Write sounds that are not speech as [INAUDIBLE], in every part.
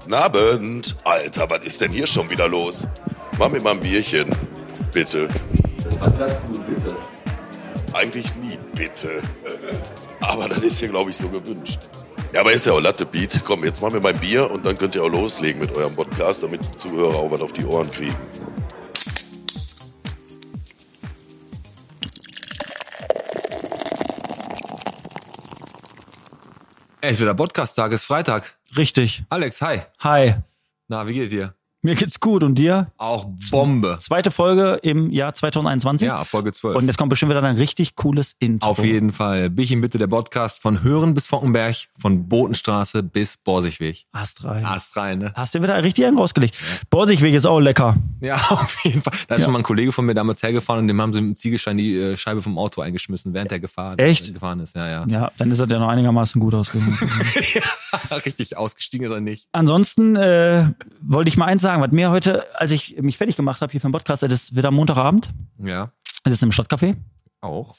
Guten Abend. Alter, was ist denn hier schon wieder los? Mach mir mal ein Bierchen. Bitte. Was sagst du bitte? Eigentlich nie bitte. [LAUGHS] Aber das ist hier, glaube ich, so gewünscht. Ja, aber ist ja auch Latte Beat. Komm, jetzt machen wir mal ein Bier und dann könnt ihr auch loslegen mit eurem Podcast, damit die Zuhörer auch was auf die Ohren kriegen. Ey, ist wieder Podcast-Tag, ist Freitag. Richtig. Alex, hi. Hi. Na, wie geht's dir? Mir geht's gut und dir? Auch Bombe. Zweite Folge im Jahr 2021. Ja, Folge 12. Und jetzt kommt bestimmt wieder ein richtig cooles Intro. Auf jeden Fall. Bierchen bitte, der Podcast von Hören bis Fockenberg, von Botenstraße bis Borsigweg. Ast rein. Ast rein, ne? Hast du wieder richtig einen rausgelegt. Borsigweg ist auch lecker. Ja, [LAUGHS] auf jeden Fall. Da ist schon mal ein Kollege von mir damals hergefahren und dem haben sie mit dem Ziegelstein die äh, Scheibe vom Auto eingeschmissen, während der Gefahr Echt? gefahren ist. Ja, ja. [LAUGHS] Ja, dann ist er ja noch einigermaßen gut ausgegangen. Richtig ausgestiegen ist er nicht. Ansonsten äh, wollte ich mal eins sagen, was mir heute, als ich mich fertig gemacht habe hier für den Podcast, das ist wieder Montagabend. Ja, Es ist im Stadtcafé. auch.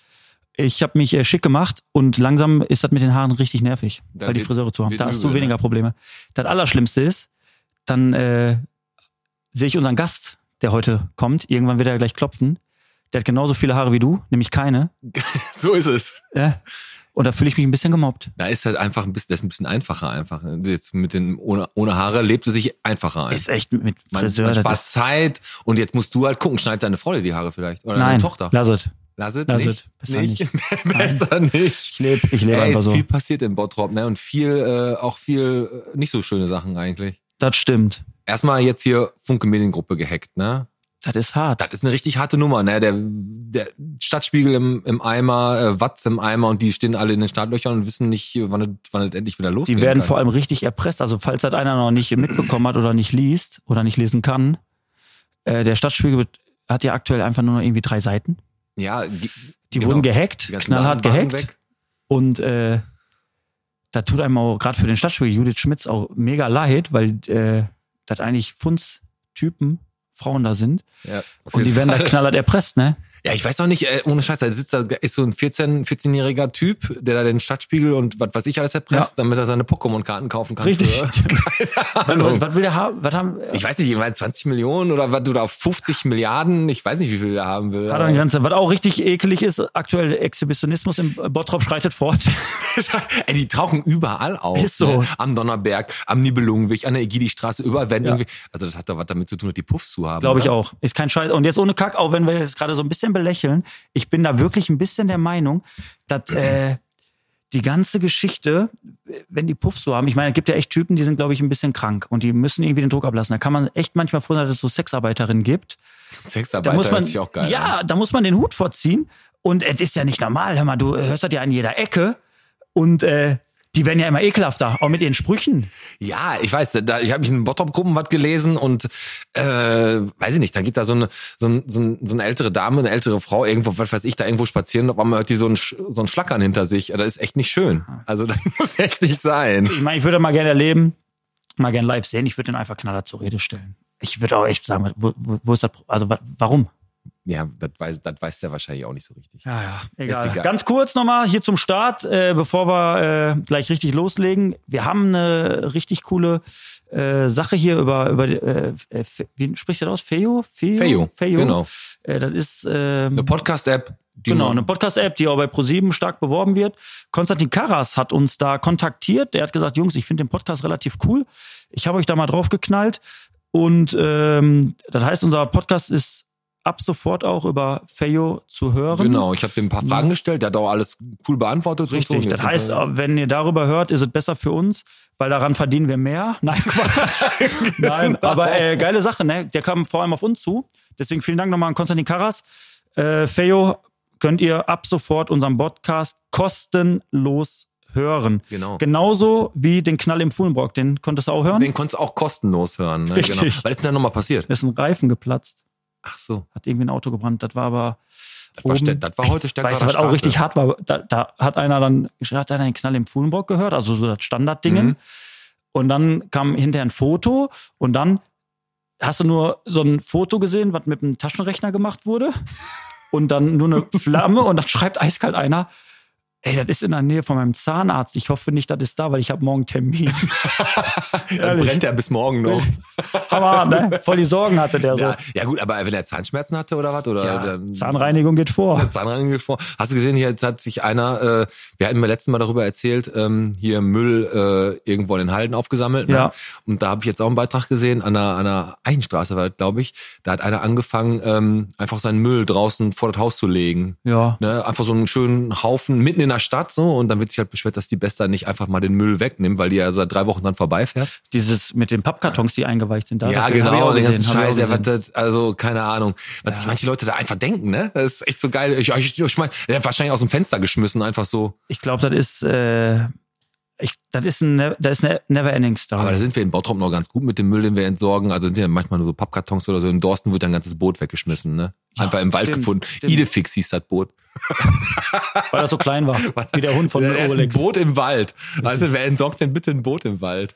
Ich habe mich äh, schick gemacht und langsam ist das mit den Haaren richtig nervig, Da weil die wird- Friseure zu haben. wird Da hast übel, ne? du weniger Probleme. Das Allerschlimmste ist, dann äh, sehe ich unseren Gast, der heute kommt. Irgendwann wird er gleich klopfen. Der hat genauso viele Haare wie du, nämlich keine. So ist es. Äh, und da fühle ich mich ein bisschen gemobbt. Da ist halt einfach ein bisschen, das ist ein bisschen einfacher einfach. Jetzt mit den, ohne, ohne Haare lebt es sich einfacher ein. Ist echt mit Man, Friseur. man das spart ist- Zeit und jetzt musst du halt gucken, schneid deine Frau dir die Haare vielleicht. Oder Nein, deine äh, Tochter. lass es. Lass es lass nicht. es. Besser [LAUGHS] Besser nicht. Ich lebe ich leb Ey, einfach ist so. viel passiert in Bottrop, ne? Und viel, äh, auch viel äh, nicht so schöne Sachen eigentlich. Das stimmt. Erstmal jetzt hier Funke Mediengruppe gehackt, ne? Das ist hart. Das ist eine richtig harte Nummer, ne? Der, der Stadtspiegel im, im Eimer, äh, Watz im Eimer und die stehen alle in den Startlöchern und wissen nicht, wann das, wann das endlich wieder losgeht. Die werden vor allem richtig erpresst. Also falls das einer noch nicht mitbekommen hat oder nicht liest oder nicht lesen kann, äh, der Stadtspiegel wird- hat ja aktuell einfach nur noch irgendwie drei Seiten. Ja, ge- Die genau. wurden gehackt, Die ganzen knallhart Datenbanken gehackt. weg. Und äh, da tut einem auch gerade für den Stadtspiegel Judith Schmitz auch mega leid, weil äh, das eigentlich Funds-Typen, Frauen da sind. Ja, auf Und jeden die werden da Fall. knallhart erpresst, ne? Ja, ich weiß auch nicht, äh, ohne Scheiß, da sitzt da ist so ein 14, 14-jähriger Typ, der da den Stadtspiegel und was weiß ich alles erpresst, Ja. damit er seine Pokémon-Karten kaufen kann. [LAUGHS] Richtig. Für, keine Was, Ahnung. was will der haben? Was haben Ich weiß nicht, ich meine 20 Millionen oder was oder 50 Milliarden, ich weiß nicht, wie viel er haben will. hat er eine Grenze. Was auch richtig ekelig ist, aktuell Exhibitionismus im Bottrop schreitet fort. [LAUGHS] Ey, die tauchen überall auf. Ist so. Ne? Am Donnerberg, am Nibelungenweg, an der Ägidistraße, überall werden Ja. irgendwie. Also das hat doch was damit zu tun, dass die Puffs zu haben. ne? Glaube ich oder? auch. Ist kein Scheiß. Und jetzt ohne Kack, auch wenn wir das gerade so ein bisschen belächeln, ich bin da wirklich ein bisschen der Meinung, dass äh, die ganze Geschichte, wenn die Puffs so haben, ich meine, es gibt ja echt Typen, die sind, glaube ich, ein bisschen krank und die müssen irgendwie den Druck ablassen. Da kann man echt manchmal froh sein, dass es so Sexarbeiterinnen gibt. Da Sexarbeiter muss man, hört sich auch geil. an. ja, da muss man den Hut vorziehen. Und es ist ja nicht normal. Hör mal, du hörst das ja an jeder Ecke. Und äh, die werden ja immer ekelhafter, auch mit ihren Sprüchen. Ja, ich weiß, da, ich habe mich in Bottrop-Gruppen was gelesen und äh, weiß ich nicht, dann geht da so eine, so, ein, so, ein, so eine ältere Dame, eine ältere Frau irgendwo, was weiß ich, da irgendwo spazieren und auf einmal hört die so ein, Sch- so ein Schlackern hinter sich. Das ist echt nicht schön. Also [LAUGHS] das muss echt nicht sein. Ich meine, ich würde mal gerne erleben, mal gerne live sehen. Ich würde den einfach knaller zur Rede stellen. Ich würde auch echt sagen, wo, wo, wo ist das? Pro- Also wa- warum? Ja, das weiß, das weiß der wahrscheinlich auch nicht so richtig. Ja, ja, Ist egal. Ganz kurz nochmal hier zum Start, äh, bevor wir äh, gleich richtig loslegen. Wir haben eine richtig coole äh, Sache hier über, über äh, F- wie spricht ihr das aus? Feo? Feo? Feyo, Feo. genau. Äh, das ist ähm, Eine Podcast-App, die Genau, man- eine Podcast-App, die auch bei ProSieben stark beworben wird. Konstantin Karas hat uns da kontaktiert. Der hat gesagt, Jungs, ich finde den Podcast relativ cool. Ich habe euch da mal drauf geknallt. Und ähm, das heißt, unser Podcast ist ab sofort auch über Feyo zu hören. Genau, ich habe dem ein paar Fragen gestellt, der hat auch alles cool beantwortet. Richtig, das heißt, wenn ihr darüber hört, ist es besser für uns, weil daran verdienen wir mehr. [LAUGHS] Nein, [LAUGHS] Quatsch. Nein, Genau. aber äh, geile Sache, ne? Der kam vor allem auf uns zu. Deswegen vielen Dank nochmal an Konstantin Karas. Äh, Feyo, könnt ihr ab sofort unseren Podcast kostenlos hören. Genau. Genauso wie den Knall im Fuhlenbrock, den konntest du auch hören. den konntest du auch kostenlos hören. Ne? Richtig. Genau. Was ist denn da nochmal passiert? Da ist ein Reifen geplatzt. Ach so, Hat irgendwie ein Auto gebrannt. Das war aber. das war, oben- stär- das war heute stärker. Weißt du, was auch richtig hart war? Da, da hat einer dann, hat einer den Knall im Fuhlenbrock gehört, also so das Standarddingen. Mhm. Und dann kam hinterher ein Foto und dann hast du nur so ein Foto gesehen, was mit [LAUGHS] einem Taschenrechner gemacht wurde. Und dann nur eine Flamme und dann schreibt eiskalt einer, Ey, das ist in der Nähe von meinem Zahnarzt. Ich hoffe nicht, das ist da, weil ich habe morgen [LAUGHS] Termin. Dann brennt er bis morgen noch. Hammer, ne? [LAUGHS] Voll die Sorgen hatte der so. Ja, ja gut, aber wenn er Zahnschmerzen hatte oder was? Oder Ja, dann- Zahnreinigung geht vor. Zahnreinigung vor. Hast du gesehen, hier jetzt hat sich einer, äh, wir hatten beim letzten Mal darüber erzählt, ähm, hier Müll äh, irgendwo in den Halden aufgesammelt. Ne? Ja. Und da habe ich jetzt auch einen Beitrag gesehen, an einer, an einer Eichenstraße war das, glaube ich. Da hat einer angefangen, ähm, einfach seinen Müll draußen vor das Haus zu legen. Ja. Ne? Einfach so einen schönen Haufen mitten in der Stadt so. Und dann wird sich halt beschwert, dass die Bester nicht einfach mal den Müll wegnimmt, weil die ja seit drei Wochen dann vorbeifährt. Dieses mit den Pappkartons, die eingeweicht sind. Da Ja, hab ich- hab ich genau. auch Und den gesehen, ganzen hab ich auch Scheiß, ja, was gesehen. das, also keine Ahnung, was sich manche Leute da einfach denken, ne? Das ist echt so geil. Ich, ich, ich mein, der hat wahrscheinlich aus dem Fenster geschmissen, einfach so. Ich glaube, das ist, äh, ich, das ist ein, Ne- das ist eine Never-Ending Aber da Story. sind wir in Bottrop noch ganz gut mit dem Müll, den wir entsorgen. Also sind ja manchmal nur so Pappkartons oder so. In Dorsten wird ein ganzes Boot weggeschmissen, ne? Einfach im Wald stimmt, gefunden. stimmt. Idefix hieß das Boot. Weil er so [LAUGHS] klein war, wie der Hund von Der hat ein Obelix. Boot im Wald. Also wer entsorgt denn bitte ein Boot im Wald?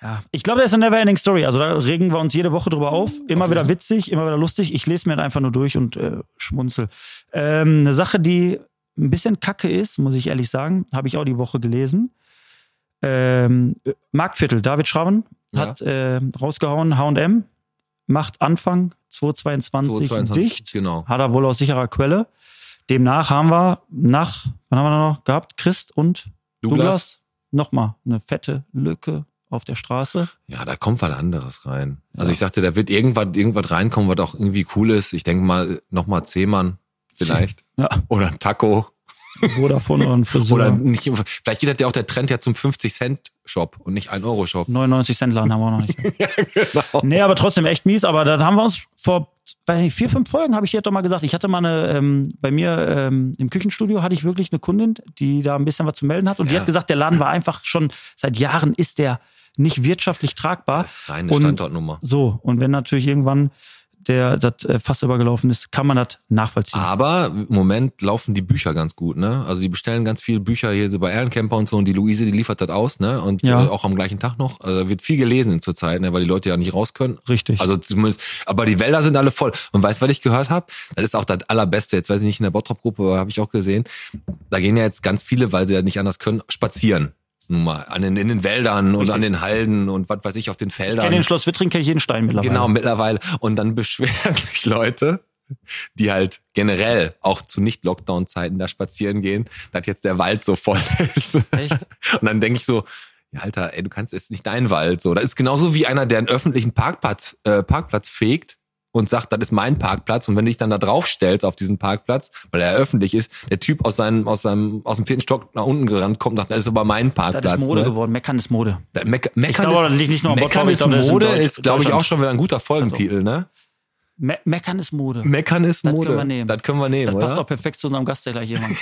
Ja. Ich glaube, das ist eine Never-Ending Story. Also da regen wir uns jede Woche drüber auf. Immer wieder witzig, immer wieder lustig. Ich lese mir das einfach nur durch und äh, schmunzel. Ähm, eine Sache, die ein bisschen kacke ist, muss ich ehrlich sagen, habe ich auch die Woche gelesen. Ähm, äh, Marktviertel, David Schraven Ja. hat äh, rausgehauen, H&M macht Anfang 2022 dicht. Genau. Hat er wohl aus sicherer Quelle. Demnach haben wir nach, wann haben wir da noch gehabt? Christ und Douglas. Douglas. Nochmal eine fette Lücke auf der Straße. Ja, da kommt was anderes rein. Also ich dachte, da wird irgendwas, irgendwas reinkommen, was auch irgendwie cool ist. Ich denke mal, nochmal Zehmann vielleicht. [LAUGHS] Ja, Oder ein Taco. wo [LAUGHS] davon oder ein Friseur. Oder Oder nicht, vielleicht geht das ja auch der Trend ja zum 50-Cent-Shop und nicht [LAUGHS] 1-Euro-Shop. 99 Cent Laden haben wir auch [LAUGHS] noch nicht. Genau. nee, aber trotzdem echt mies. Aber dann haben wir uns vor weiß nicht, vier, fünf Folgen, habe ich hier doch mal gesagt. Ich hatte mal eine, ähm, bei mir ähm, im Küchenstudio hatte ich wirklich eine Kundin, die da ein bisschen was zu melden hat. Und die Ja. hat gesagt, der Laden war einfach schon, seit Jahren ist der nicht wirtschaftlich tragbar. Das ist reine Und- Standortnummer. So, und wenn natürlich irgendwann der das äh, Fass übergelaufen ist, kann man das nachvollziehen. Aber im Moment laufen die Bücher ganz gut, ne? Also die bestellen ganz viel Bücher hier so bei Ehrencamper und so und die Luise, die liefert das aus, ne? Und Ja. äh, auch am gleichen Tag noch. Also da wird viel gelesen in zur Zeit, ne? Weil die Leute ja nicht raus können. Richtig. Also zumindest, aber die Wälder sind alle voll. Und weißt du, was ich gehört habe? Das ist auch das Allerbeste. Jetzt weiß ich nicht, in der Bottrop-Gruppe, aber habe ich auch gesehen. Da gehen ja jetzt ganz viele, weil sie ja nicht anders können, spazieren. Nun mal. An den, in den Wäldern und an den Halden und was weiß ich, auf den ich Feldern. kenne den Schloss Wittring, kenne ich jeden Stein mittlerweile. Genau, mittlerweile. Und dann beschweren [LAUGHS] sich Leute, die halt generell auch zu Nicht-Lockdown-Zeiten da spazieren gehen, dass jetzt der Wald so voll [LAUGHS] ist. Echt? Und dann denke ich so, ja, Alter, ey, du kannst, es ist nicht dein Wald. So, das ist genauso wie einer, der einen öffentlichen Parkplatz, äh, Parkplatz fegt und sagt, das ist mein Parkplatz. Und wenn du dich dann da drauf stellst auf diesen Parkplatz, weil er öffentlich ist, der Typ aus seinem, aus seinem, aus dem vierten Stock nach unten gerannt kommt und sagt, das ist aber mein Das Parkplatz. ist Mode ne? geworden. Meckern ist Mode. Da- Meck, meckern glaube, ist, das liegt nicht nur am meckern Bottrop, ich ist glaube, das ist in Mode Deutsch- ist, glaube ich, auch Deutschland. schon wieder ein guter Folgentitel, ne? Me Meckern ist Mode. Meckern ist Das Mode. können wir nehmen. Das können wir nehmen, das oder? passt doch perfekt zu unserem Gastteller hier. Mann.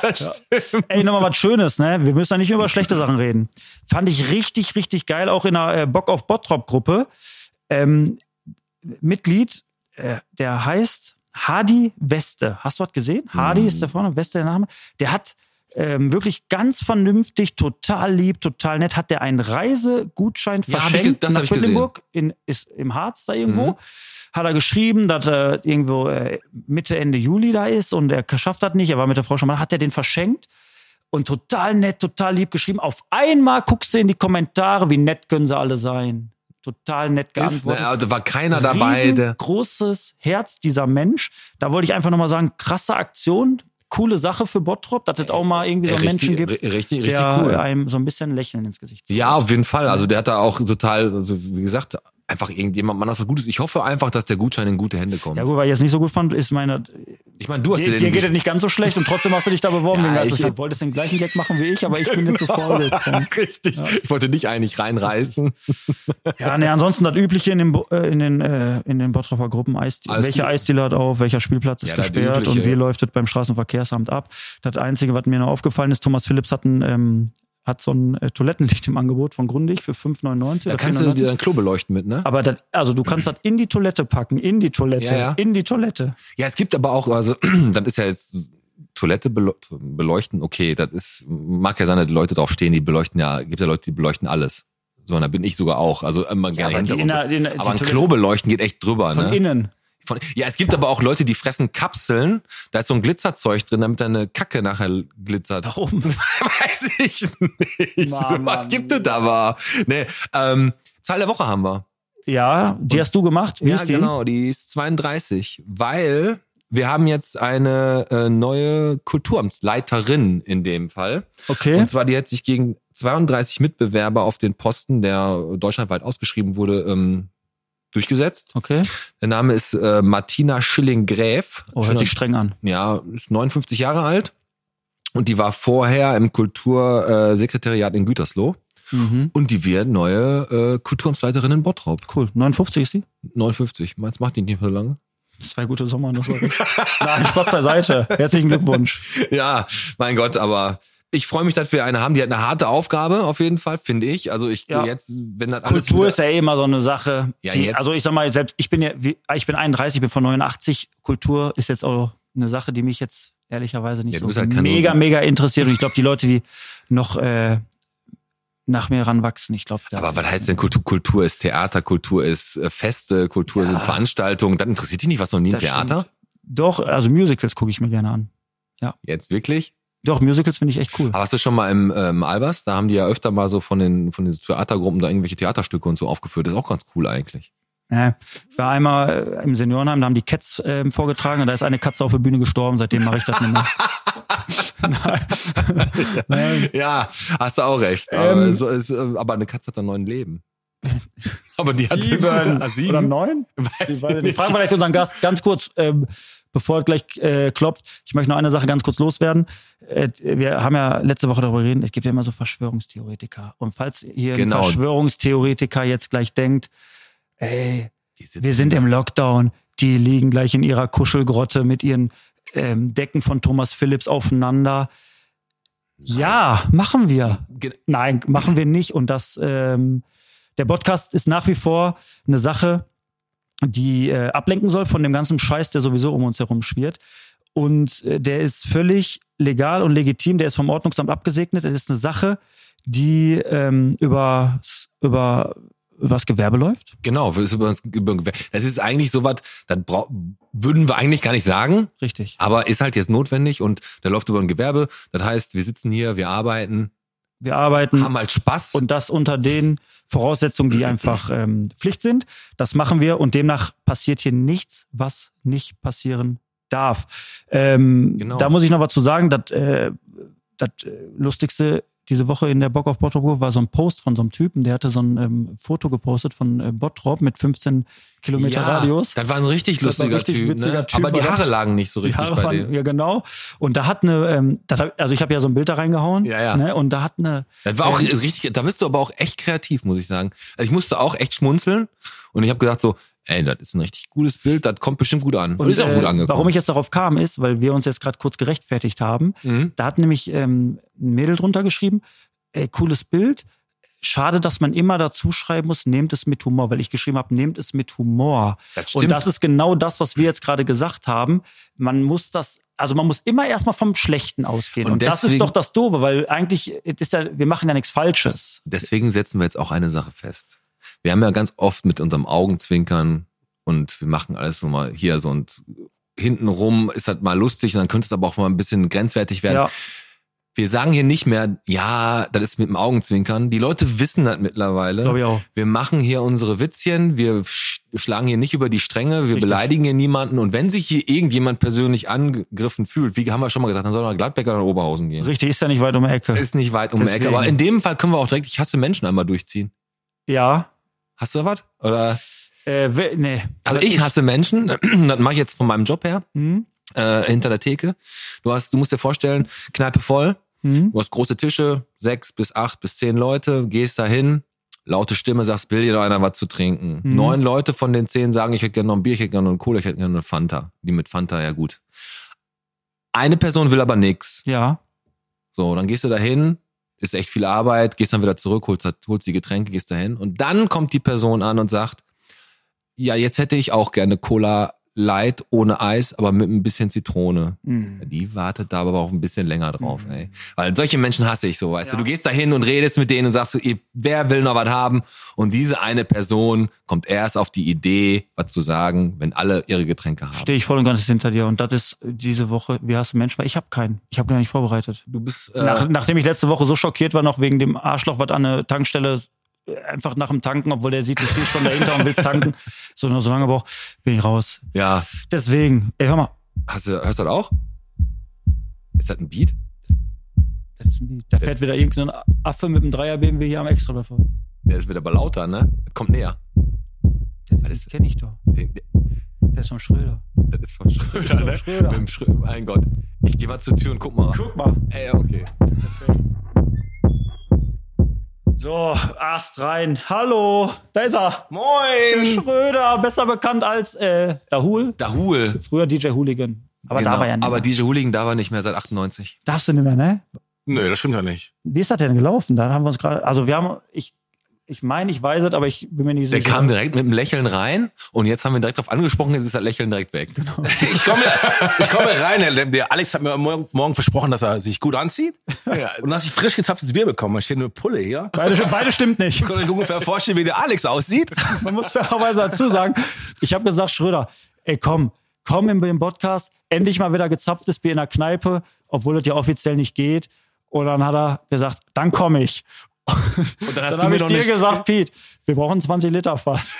[LAUGHS] Ey, nochmal was Schönes, ne? Wir müssen ja nicht nur über schlechte Sachen reden. Fand ich richtig, richtig geil, auch in der äh, Bock auf Bottrop-Gruppe. Ähm, Mitglied, äh, der heißt Hadi Weste. Hast du was gesehen? Hadi ist der Hm. Vorname, Weste der Name. Der hat ähm, wirklich ganz vernünftig, total lieb, total nett, hat der einen Reisegutschein Ja, hab ich ge- verschenkt das hab nach ich gesehen. Hm. Quedlinburg, in, ist im Harz da irgendwo. Hat er geschrieben, dass er irgendwo äh, Mitte, Ende Juli da ist und er schafft das nicht. Er war mit der Frau schon mal, hat er den verschenkt und total nett, total lieb geschrieben. Auf einmal guckst du in die Kommentare, wie nett können sie alle sein. Total Ist, nett ne? geantwortet. Also war keiner dabei. Der, großes Herz dieser Mensch. Da wollte ich einfach nochmal sagen, krasse Aktion, coole Sache für Bottrop, dass es auch mal irgendwie so Ey, einen Menschen gibt, ri- richtig, richtig der cool. einem so ein bisschen Lächeln ins Gesicht zieht. Ja, auf jeden Fall. Also der hat da auch total, also wie gesagt, einfach irgendjemand, man hat was Gutes. Ich hoffe einfach, dass der Gutschein in gute Hände kommt. Ja gut, weil ich es nicht so gut fand, ist meine, ich meine, du hast dir dir, den dir geht es nicht ganz so schlecht und trotzdem hast du dich da beworben. [LAUGHS] Ja, Ja, ich, ich- Genau. ich wolltest den gleichen Gag machen wie [LAUGHS] ich, aber ich bin dir zu faul gekommen. Richtig. Ich wollte dich eigentlich reinreißen. Ja, ne, ansonsten das Übliche in den, Bo- äh, in den, äh, in den Bottroper Gruppen. Eisdi Alles welcher gut. Eisdealer hat auf, welcher Spielplatz ist Ja, das gesperrt Übliche, und wie ja. läuft das beim Straßenverkehrsamt ab? Das Einzige, was mir noch aufgefallen ist, Thomas Phillips hat, ein, ähm, hat so ein äh, Toilettenlicht im Angebot von Grundig für 5,99 Da oder kannst du 4,99. dir dein Klo beleuchten mit, ne? aber das, also du kannst das in die Toilette packen, in die Toilette, Ja, ja. in die Toilette. Ja, es gibt aber auch, also [CLEARS THROAT] dann ist ja jetzt Toilette belo- beleuchten, okay, das ist, mag ja sein, dass die Leute drauf stehen, die beleuchten ja, gibt ja Leute, die beleuchten alles. So, und da bin ich sogar auch. Also immer gerne aber die hinterher. in der- in der- die aber ein Toilette- Klo beleuchten geht echt drüber, Von ne? innen. von. Ja, es gibt aber auch Leute, die fressen Kapseln. Da ist so ein Glitzerzeug drin, damit deine Kacke nachher glitzert. [LAUGHS] Warum? Weiß ich nicht. Mann, so, was Mann. gibt es da war? Nee, ähm, Zahl der Woche haben wir. Ja, die hast du gemacht. Wie ja, ist die? genau, die ist 32, weil wir haben jetzt eine äh, neue Kulturamtsleiterin in dem Fall. Okay. Und zwar, die hat sich gegen 32 Mitbewerber auf den Posten, der deutschlandweit ausgeschrieben wurde, ähm, durchgesetzt. Okay. Der Name ist äh, Martina Schilling-Gräf. Oh, hört sich streng an. ja, ist 59 Jahre alt. Und die war vorher im Kultursekretariat äh, in Gütersloh. Mhm. Und die wird neue äh, Kulturamtsleiterin in Bottrop. Cool. 59 ist die? 59. Meinst du, macht die nicht mehr so lange? Zwei gute [LAUGHS] Sommer noch. sorry. Nein, Spaß beiseite. Herzlichen Glückwunsch. Ja, mein Gott, aber ich freue mich, dass wir eine haben. Die hat eine harte Aufgabe, auf jeden Fall, finde ich. Also ich Ja. jetzt, wenn das alles Kultur wieder- ist ja eh immer so eine Sache. Ja, die, jetzt- also ich sag mal, selbst ich bin ja, wie- ah, ich bin 31, bin von 89. Kultur ist jetzt auch eine Sache, die mich jetzt ehrlicherweise nicht Ja, du so bist halt kein mega, Ultra. mega interessiert. Und ich glaube, die Leute, die noch äh, nach mir ranwachsen, ich glaube, aber was heißt denn Kultur? Kultur ist Theater, Kultur ist äh, Feste, Kultur sind Veranstaltungen. Dann interessiert dich nicht, was noch nie im Das Theater? stimmt. Doch, also Musicals gucke ich mir gerne an. Jetzt wirklich? Doch, Musicals finde ich echt cool. Aber hast du schon mal im ähm, Albers? Da haben die ja öfter mal so von den von den Theatergruppen da irgendwelche Theaterstücke und so aufgeführt. Das ist auch ganz cool eigentlich. Ja, ich war einmal äh, im Seniorenheim, da haben die Cats ähm, vorgetragen und da ist eine Katze auf der Bühne gestorben, seitdem mache ich das [LAUGHS] nicht mehr. [LAUGHS] [LAUGHS] Ja, hast du auch recht. aber, Ähm. so ist, äh, aber eine Katze hat ein neues Leben. [LAUGHS] Aber die hat Ah, sieben? oder neun? Weiß Ich weiß ich nicht. nicht. Fragen wir gleich unseren Gast ganz kurz, ähm, bevor er gleich äh, klopft. Ich möchte noch eine Sache ganz kurz loswerden. Äh, wir haben ja letzte Woche darüber geredet, es gibt ja immer so Verschwörungstheoretiker. Und falls hier Genau. ein Verschwörungstheoretiker jetzt gleich denkt, ey, Die sitzen wir sind da. im Lockdown, die liegen gleich in ihrer Kuschelgrotte mit ihren ähm, Decken von Thomas Phillips aufeinander. Ja, machen wir. Ge- Nein, machen wir nicht. Und das, ähm, der Podcast ist nach wie vor eine Sache, die äh, ablenken soll von dem ganzen Scheiß, der sowieso um uns herum schwirrt. Und äh, der ist völlig legal und legitim, der ist vom Ordnungsamt abgesegnet. Das ist eine Sache, die ähm, über, über, über das Gewerbe läuft. Genau, wir- ist über, über, das ist eigentlich sowas, das brau- würden wir eigentlich gar nicht sagen, Richtig. aber ist halt jetzt notwendig und da läuft über ein Gewerbe. Das heißt, wir sitzen hier, wir arbeiten, Wir arbeiten haben halt Spaß. Hm. und das unter den Voraussetzungen, die einfach ähm, Pflicht sind. Das machen wir und demnach passiert hier nichts, was nicht passieren darf. Ähm, Genau. Da muss ich noch was zu sagen. Das, äh, das äh, Lustigste diese Woche in der Bock auf Bottrop war so ein Post von so einem Typen, der hatte so ein ähm, Foto gepostet von äh, Bottrop mit 15 Kilometer ja, Radius. Das war ein richtig Das war ein lustiger richtig typ, ne? witziger Typ, aber die war das- Haare lagen nicht so Die richtig Haare bei waren- denen. Ja, genau. Und da hat eine, ähm, das hab, also ich habe ja so ein Bild da reingehauen. Ja, ja. Ne? Und da hat eine, Das war auch richtig, da bist du aber auch echt kreativ, muss ich sagen. Also ich musste auch echt schmunzeln und ich habe gedacht so, ey, das ist ein richtig gutes Bild, das kommt bestimmt gut an. Und, ist auch äh, gut angekommen. Warum ich jetzt darauf kam, ist, weil wir uns jetzt gerade kurz gerechtfertigt haben. Mhm. Da hat nämlich ähm, ein Mädel drunter geschrieben, ey, cooles Bild. Schade, dass man immer dazu schreiben muss, nehmt es mit Humor, weil ich geschrieben habe, nehmt es mit Humor. Das stimmt. Und das ist genau das, was wir jetzt gerade gesagt haben. Man muss das, also man muss immer erstmal vom Schlechten ausgehen. Und Und, das deswegen- ist doch das Doofe, weil eigentlich es ist ja, wir machen ja nichts Falsches. Deswegen setzen wir jetzt auch eine Sache fest. Wir haben ja ganz oft mit unserem Augenzwinkern und wir machen alles so mal hier so und hintenrum ist das mal lustig und dann könnte es aber auch mal ein bisschen grenzwertig werden. Ja, Wir sagen hier nicht mehr, ja, das ist mit dem Augenzwinkern. Die Leute wissen das mittlerweile. Glaub ich auch. Wir machen hier unsere Witzchen, wir sch- schlagen hier nicht über die Stränge, wir Richtig. beleidigen hier niemanden und wenn sich hier irgendjemand persönlich angegriffen fühlt, wie haben wir schon mal gesagt, dann soll er nach Gladbeck oder Oberhausen gehen. richtig, ist ja nicht weit um die Ecke. Ist nicht weit um die Ecke, Deswegen. aber in dem Fall können wir auch direkt, ich hasse Menschen einmal durchziehen. ja. Hast du da was? Oder? Äh, we- nee. Also ich hasse Menschen, [CLEARS THROAT] das mache ich jetzt von meinem Job her, Hm? äh, hinter der Theke. Du hast, du musst dir vorstellen, Kneipe voll, Hm? du hast große Tische, sechs bis acht bis zehn Leute, gehst da hin, laute Stimme, sagst, will dir noch einer was zu trinken. Mhm. Neun Leute von den zehn sagen, ich hätte gerne noch ein Bier, ich hätte gerne noch eine Cola, ich hätte gerne eine Fanta. Die mit Fanta, ja gut. Eine Person will aber nix. Ja. So, dann gehst du dahin, ist echt viel Arbeit, gehst dann wieder zurück, holst, holst die Getränke, gehst dahin und dann kommt die Person an und sagt, ja, jetzt hätte ich auch gerne Cola Light ohne Eis, aber mit ein bisschen Zitrone. Mhm. Die wartet da aber auch ein bisschen länger drauf, ey. Weil solche Menschen hasse ich so, weißt du. Du gehst da hin und redest mit denen und sagst, ihr- wer will noch was haben? Und diese eine Person kommt erst auf die Idee, was zu sagen, wenn alle ihre Getränke haben. Stehe ich voll und ganz hinter dir. Und das ist diese Woche, wie hast du Mensch? Weil ich habe keinen. Ich habe gar nicht vorbereitet. Du bist, Nach, nachdem ich letzte Woche so schockiert war, noch wegen dem Arschloch, was an der Tankstelle äh, einfach nach dem Tanken, obwohl der sieht, du stehst schon dahinter und willst [LAUGHS] tanken, so, nur so lange braucht, bin ich raus. ja. Deswegen, ey, hör mal. Hast du, hörst du das auch? Ist das ein Beat? Das ist ein Beat. Da fährt wieder irgendein Affe mit einem Dreier-BMW hier am Extrablatt vor. Der ist wieder aber lauter, ne? Das kommt näher. Das kenne ich doch. Den, Der ist vom Schröder. das ist vom Schröder, vom ne? Schröder. Mit dem Schröder. Mein Gott. Ich gehe mal zur Tür und guck mal. Guck mal. Ey, okay. So, Ast rein. Hallo, da ist er. Moin! Schröder, besser bekannt als äh, Dahul. Dahul. Früher DJ Hooligan. Genau. Aber da war ja nicht. Genau. Aber mehr. DJ Hooligan da war nicht mehr seit 98. Darfst du nicht mehr, ne? Nö, das stimmt ja nicht. Wie ist das denn gelaufen? Da haben wir uns gerade. Also wir haben. Ich, ich meine, ich weiß es, aber ich bin mir nicht Der sicher. kam direkt mit einem Lächeln rein und jetzt haben wir ihn direkt drauf angesprochen, jetzt ist das Lächeln direkt weg. [LAUGHS] Genau. Ich komme ich komme rein. Der, der Alex hat mir am morgen, morgen versprochen, dass er sich gut anzieht. [LAUGHS] und dass ich frisch gezapftes Bier bekomme. Ich stehe eine Pulle hier. Beide, beide stimmt [LAUGHS] nicht. Ich konnte euch ungefähr vorstellen, wie der Alex aussieht. Man muss fairerweise dazu sagen, ich habe gesagt, Schröder, ey komm, komm in den Podcast, endlich mal wieder gezapftes Bier in der Kneipe, obwohl das ja offiziell nicht geht. Und dann hat er gesagt, dann komme ich. Und [LAUGHS] dann hast du hab mir ich noch dir nicht- gesagt, Piet, wir brauchen 20 Liter Fass.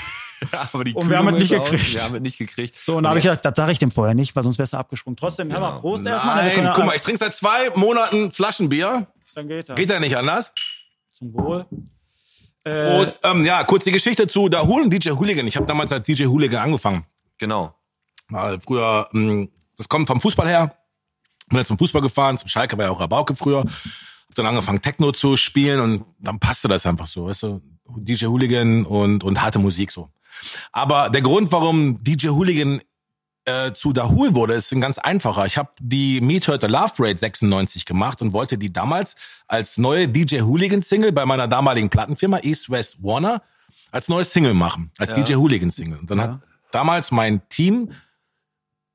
Aber die Und wir haben Kühlung es nicht ist aus. gekriegt. Wir haben es nicht gekriegt. So, und da habe ich jetzt- gesagt, das sage ich dem vorher nicht, weil sonst wärst du abgesprungen. Trotzdem, hör mal, Prost erstmal. wir können Nein, ja- guck mal, ich trinke seit zwei Monaten Flaschenbier. dann geht er. Geht ja nicht anders. Zum Wohl. Äh. Prost. Ähm, ja, kurz die Geschichte zu Dahul und DJ Hooligan. Ich habe damals als DJ Hooligan angefangen. Genau. Mal früher, ähm, das kommt vom Fußball her. Bin dann zum Fußball gefahren, zum Schalke war ja auch Rabauke früher. Hab dann angefangen Techno zu spielen und dann passte das einfach so, weißt du, DJ Hooligan und und harte Musik so. Aber der Grund, warum DJ Hooligan äh, zu Dahul wurde, ist ein ganz einfacher. Ich habe die Meet Hurt the Love Parade 96 gemacht und wollte die damals als neue DJ Hooligan Single bei meiner damaligen Plattenfirma East West Warner als neue Single machen, als DJ Hooligan Single. Und dann hat damals mein Team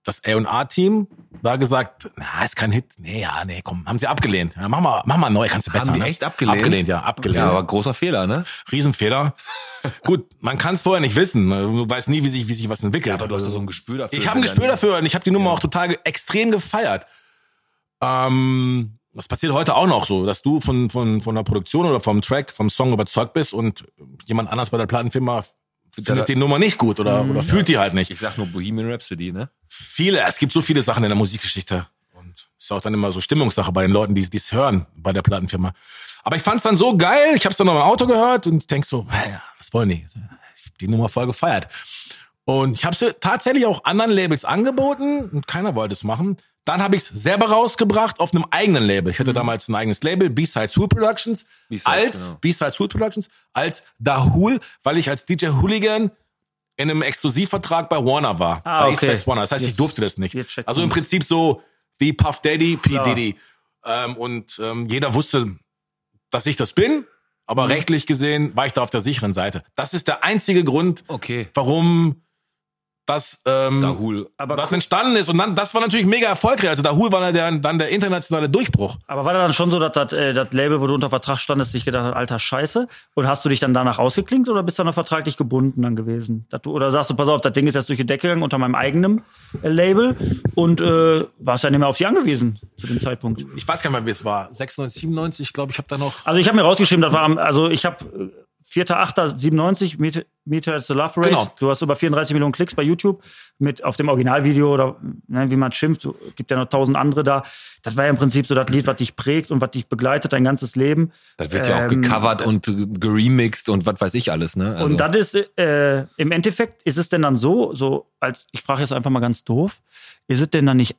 das A&A-Team da gesagt, na, ist kein Hit. Nee, ja, nee, komm, haben sie abgelehnt. Ja, mach mal, mach mal neu, kannst du besser. Haben die ne? echt abgelehnt? Abgelehnt, ja, abgelehnt. Ja, aber großer Fehler, ne? [LAUGHS] Riesenfehler. Gut, man kann es vorher nicht wissen. ne? Du weißt nie, wie sich, wie sich was entwickelt. Aber du hast so ein Gespür dafür. Ich habe ein Gespür dafür und ich habe die Nummer auch total extrem gefeiert. Ähm, das passiert heute auch noch so, dass du von, von, von der Produktion oder vom Track, vom Song überzeugt bist und jemand anders bei der Plattenfirma findet da- die Nummer nicht gut oder, oder fühlt die halt nicht. Mhm. Ich sag nur Bohemian Rhapsody, ne? Viele, es gibt so viele Sachen in der Musikgeschichte. Und ist auch dann immer so Stimmungssache bei den Leuten, die es hören bei der Plattenfirma. Aber ich fand's dann so geil, ich hab's dann noch im Auto gehört und ich denk so, "Hä, was wollen die? Ich hab die Nummer voll gefeiert. Und ich habe es tatsächlich auch anderen Labels angeboten und keiner wollte es machen. Dann habe ich es selber rausgebracht auf einem eigenen Label. Ich hatte damals ein eigenes Label, B-Sides Hool Productions, Mhm. B-Sides, als genau. B-Sides Hool Productions, als Dahul, weil ich als DJ Hooligan in einem Exklusivvertrag bei Warner war. Ah, bei East okay. West Warner. Das heißt, ich Jetzt- durfte das nicht. jetzt checkt Also im man. Prinzip so wie Puff Daddy, P. Klar. Diddy. Ähm, und ähm, jeder wusste, dass ich das bin. Aber Mhm. rechtlich gesehen war ich da auf der sicheren Seite. Das ist der einzige Grund, Okay. warum das, ähm, Dahul. Aber, das cool. entstanden ist. Und dann, das war natürlich mega erfolgreich. Also Dahul war der, dann der internationale Durchbruch. aber war das dann schon so, dass das, äh, das Label, wo du unter Vertrag standest, dich gedacht hat, alter Scheiße? Und hast du dich dann danach ausgeklinkt oder bist du dann noch vertraglich gebunden dann gewesen? Dass du, oder sagst du, pass auf, das Ding ist jetzt durch die Decke gegangen unter meinem eigenen äh, Label und äh, warst ja nicht mehr auf die angewiesen zu dem Zeitpunkt? Ich weiß gar nicht mehr, wie es war. 96, 97, ich glaube, ich habe da noch... Also ich habe mir rausgeschrieben, das war am, also ich habe 4.8.97 Meet, Meet Her at the Love Rate. Genau. Du hast über 34 Millionen Klicks bei YouTube mit auf dem Originalvideo oder ne, wie man schimpft, so, gibt ja noch tausend andere da. Das war ja im Prinzip so das Lied, was dich prägt und was dich begleitet dein ganzes Leben. Ähm, Das wird ja auch Ähm, gecovert und äh, geremixed und was weiß ich alles, ne? Also, Und das ist, äh, im Endeffekt, ist es denn dann so, so als, ich frage jetzt einfach mal ganz doof, ist es denn dann nicht